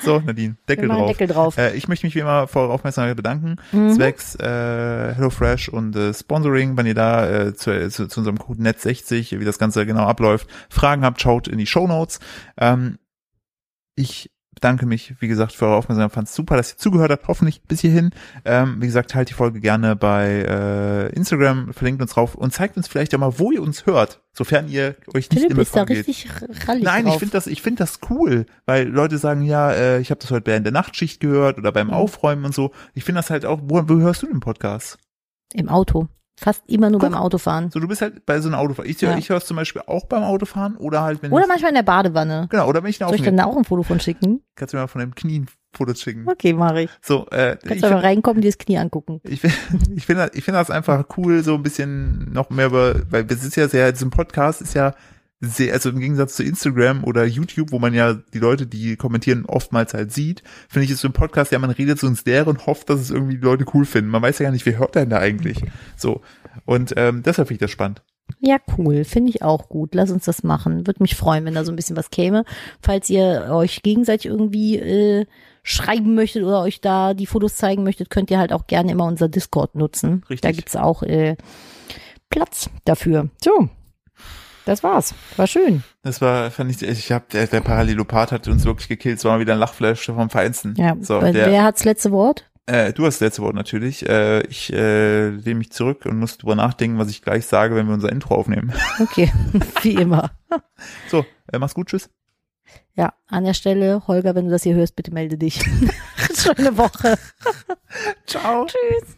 So, Nadine, Wir Deckel machen drauf. Deckel drauf. Äh, ich möchte mich wie immer für eure Aufmerksamkeit bedanken. Mhm. Zwecks äh, HelloFresh und äh, Sponsoring, wenn ihr da äh, zu, äh, zu, zu unserem Code NET60, wie das Ganze genau abläuft, Fragen habt, schaut in die Shownotes. Ähm, ich bedanke mich, wie gesagt, für eure Aufmerksamkeit. Fand's super, dass ihr zugehört habt, hoffentlich bis hierhin. Ähm, wie gesagt, teilt die Folge gerne bei äh, Instagram, verlinkt uns drauf und zeigt uns vielleicht auch mal, wo ihr uns hört, sofern ihr euch nicht Philipp immer ist da vorangeht. richtig r- rallig Nein, drauf. ich finde das, ich finde das cool, weil Leute sagen, ja, äh, ich habe das heute während der Nachtschicht gehört oder beim Mhm. Aufräumen und so. Ich finde das halt auch, wo, wo hörst du den Podcast? Im Auto. Fast immer nur Guck. beim Autofahren. So, du bist halt bei so einem Autofahren. Ich, hör- Ja. ich höre es zum Beispiel auch beim Autofahren oder halt, wenn Oder ich, manchmal in der Badewanne. genau, oder wenn ich Soll laufen ich dann gehe. da auch ein Foto von schicken? Kannst du mir mal von deinem Knie ein Foto schicken. Okay, mache ich. So, äh, ich Hm. Kannst du aber finde reinkommen, dir das Knie angucken. ich find, ich find, das- ich find das einfach cool, so ein bisschen noch mehr über, weil es ist ja sehr, so ein Podcast ist ja sehr, also im Gegensatz zu Instagram oder YouTube, wo man ja die Leute, die kommentieren, oftmals halt sieht, finde ich es so ein Podcast, ja, man redet so ins Leere und hofft, dass es irgendwie die Leute cool finden. Man weiß ja gar nicht, wer hört denn da eigentlich? So. Und ähm, deshalb finde ich das spannend. Ja, cool. Finde ich auch gut. Lass uns das machen. Würde mich freuen, wenn da so ein bisschen was käme. Falls ihr euch gegenseitig irgendwie äh, schreiben möchtet oder euch da die Fotos zeigen möchtet, könnt ihr halt auch gerne immer unser Discord nutzen. Richtig. Da gibt's auch äh, Platz dafür. So, das war's. War schön. Das war, fand ich, ich hab, der, der Parallelopath hat uns wirklich gekillt. Es war mal wieder ein Lachflash vom Feinsten. Ja, so, wer, der, wer hat's letzte Wort? Äh, du hast das letzte Wort natürlich. Äh, ich äh, lehne mich zurück und muss drüber nachdenken, was ich gleich sage, wenn wir unser Intro aufnehmen. Okay, wie immer. So, äh, mach's gut, tschüss. Ja, an der Stelle, Holger, wenn du das hier hörst, bitte melde dich. Schöne Woche. Ciao. Tschüss.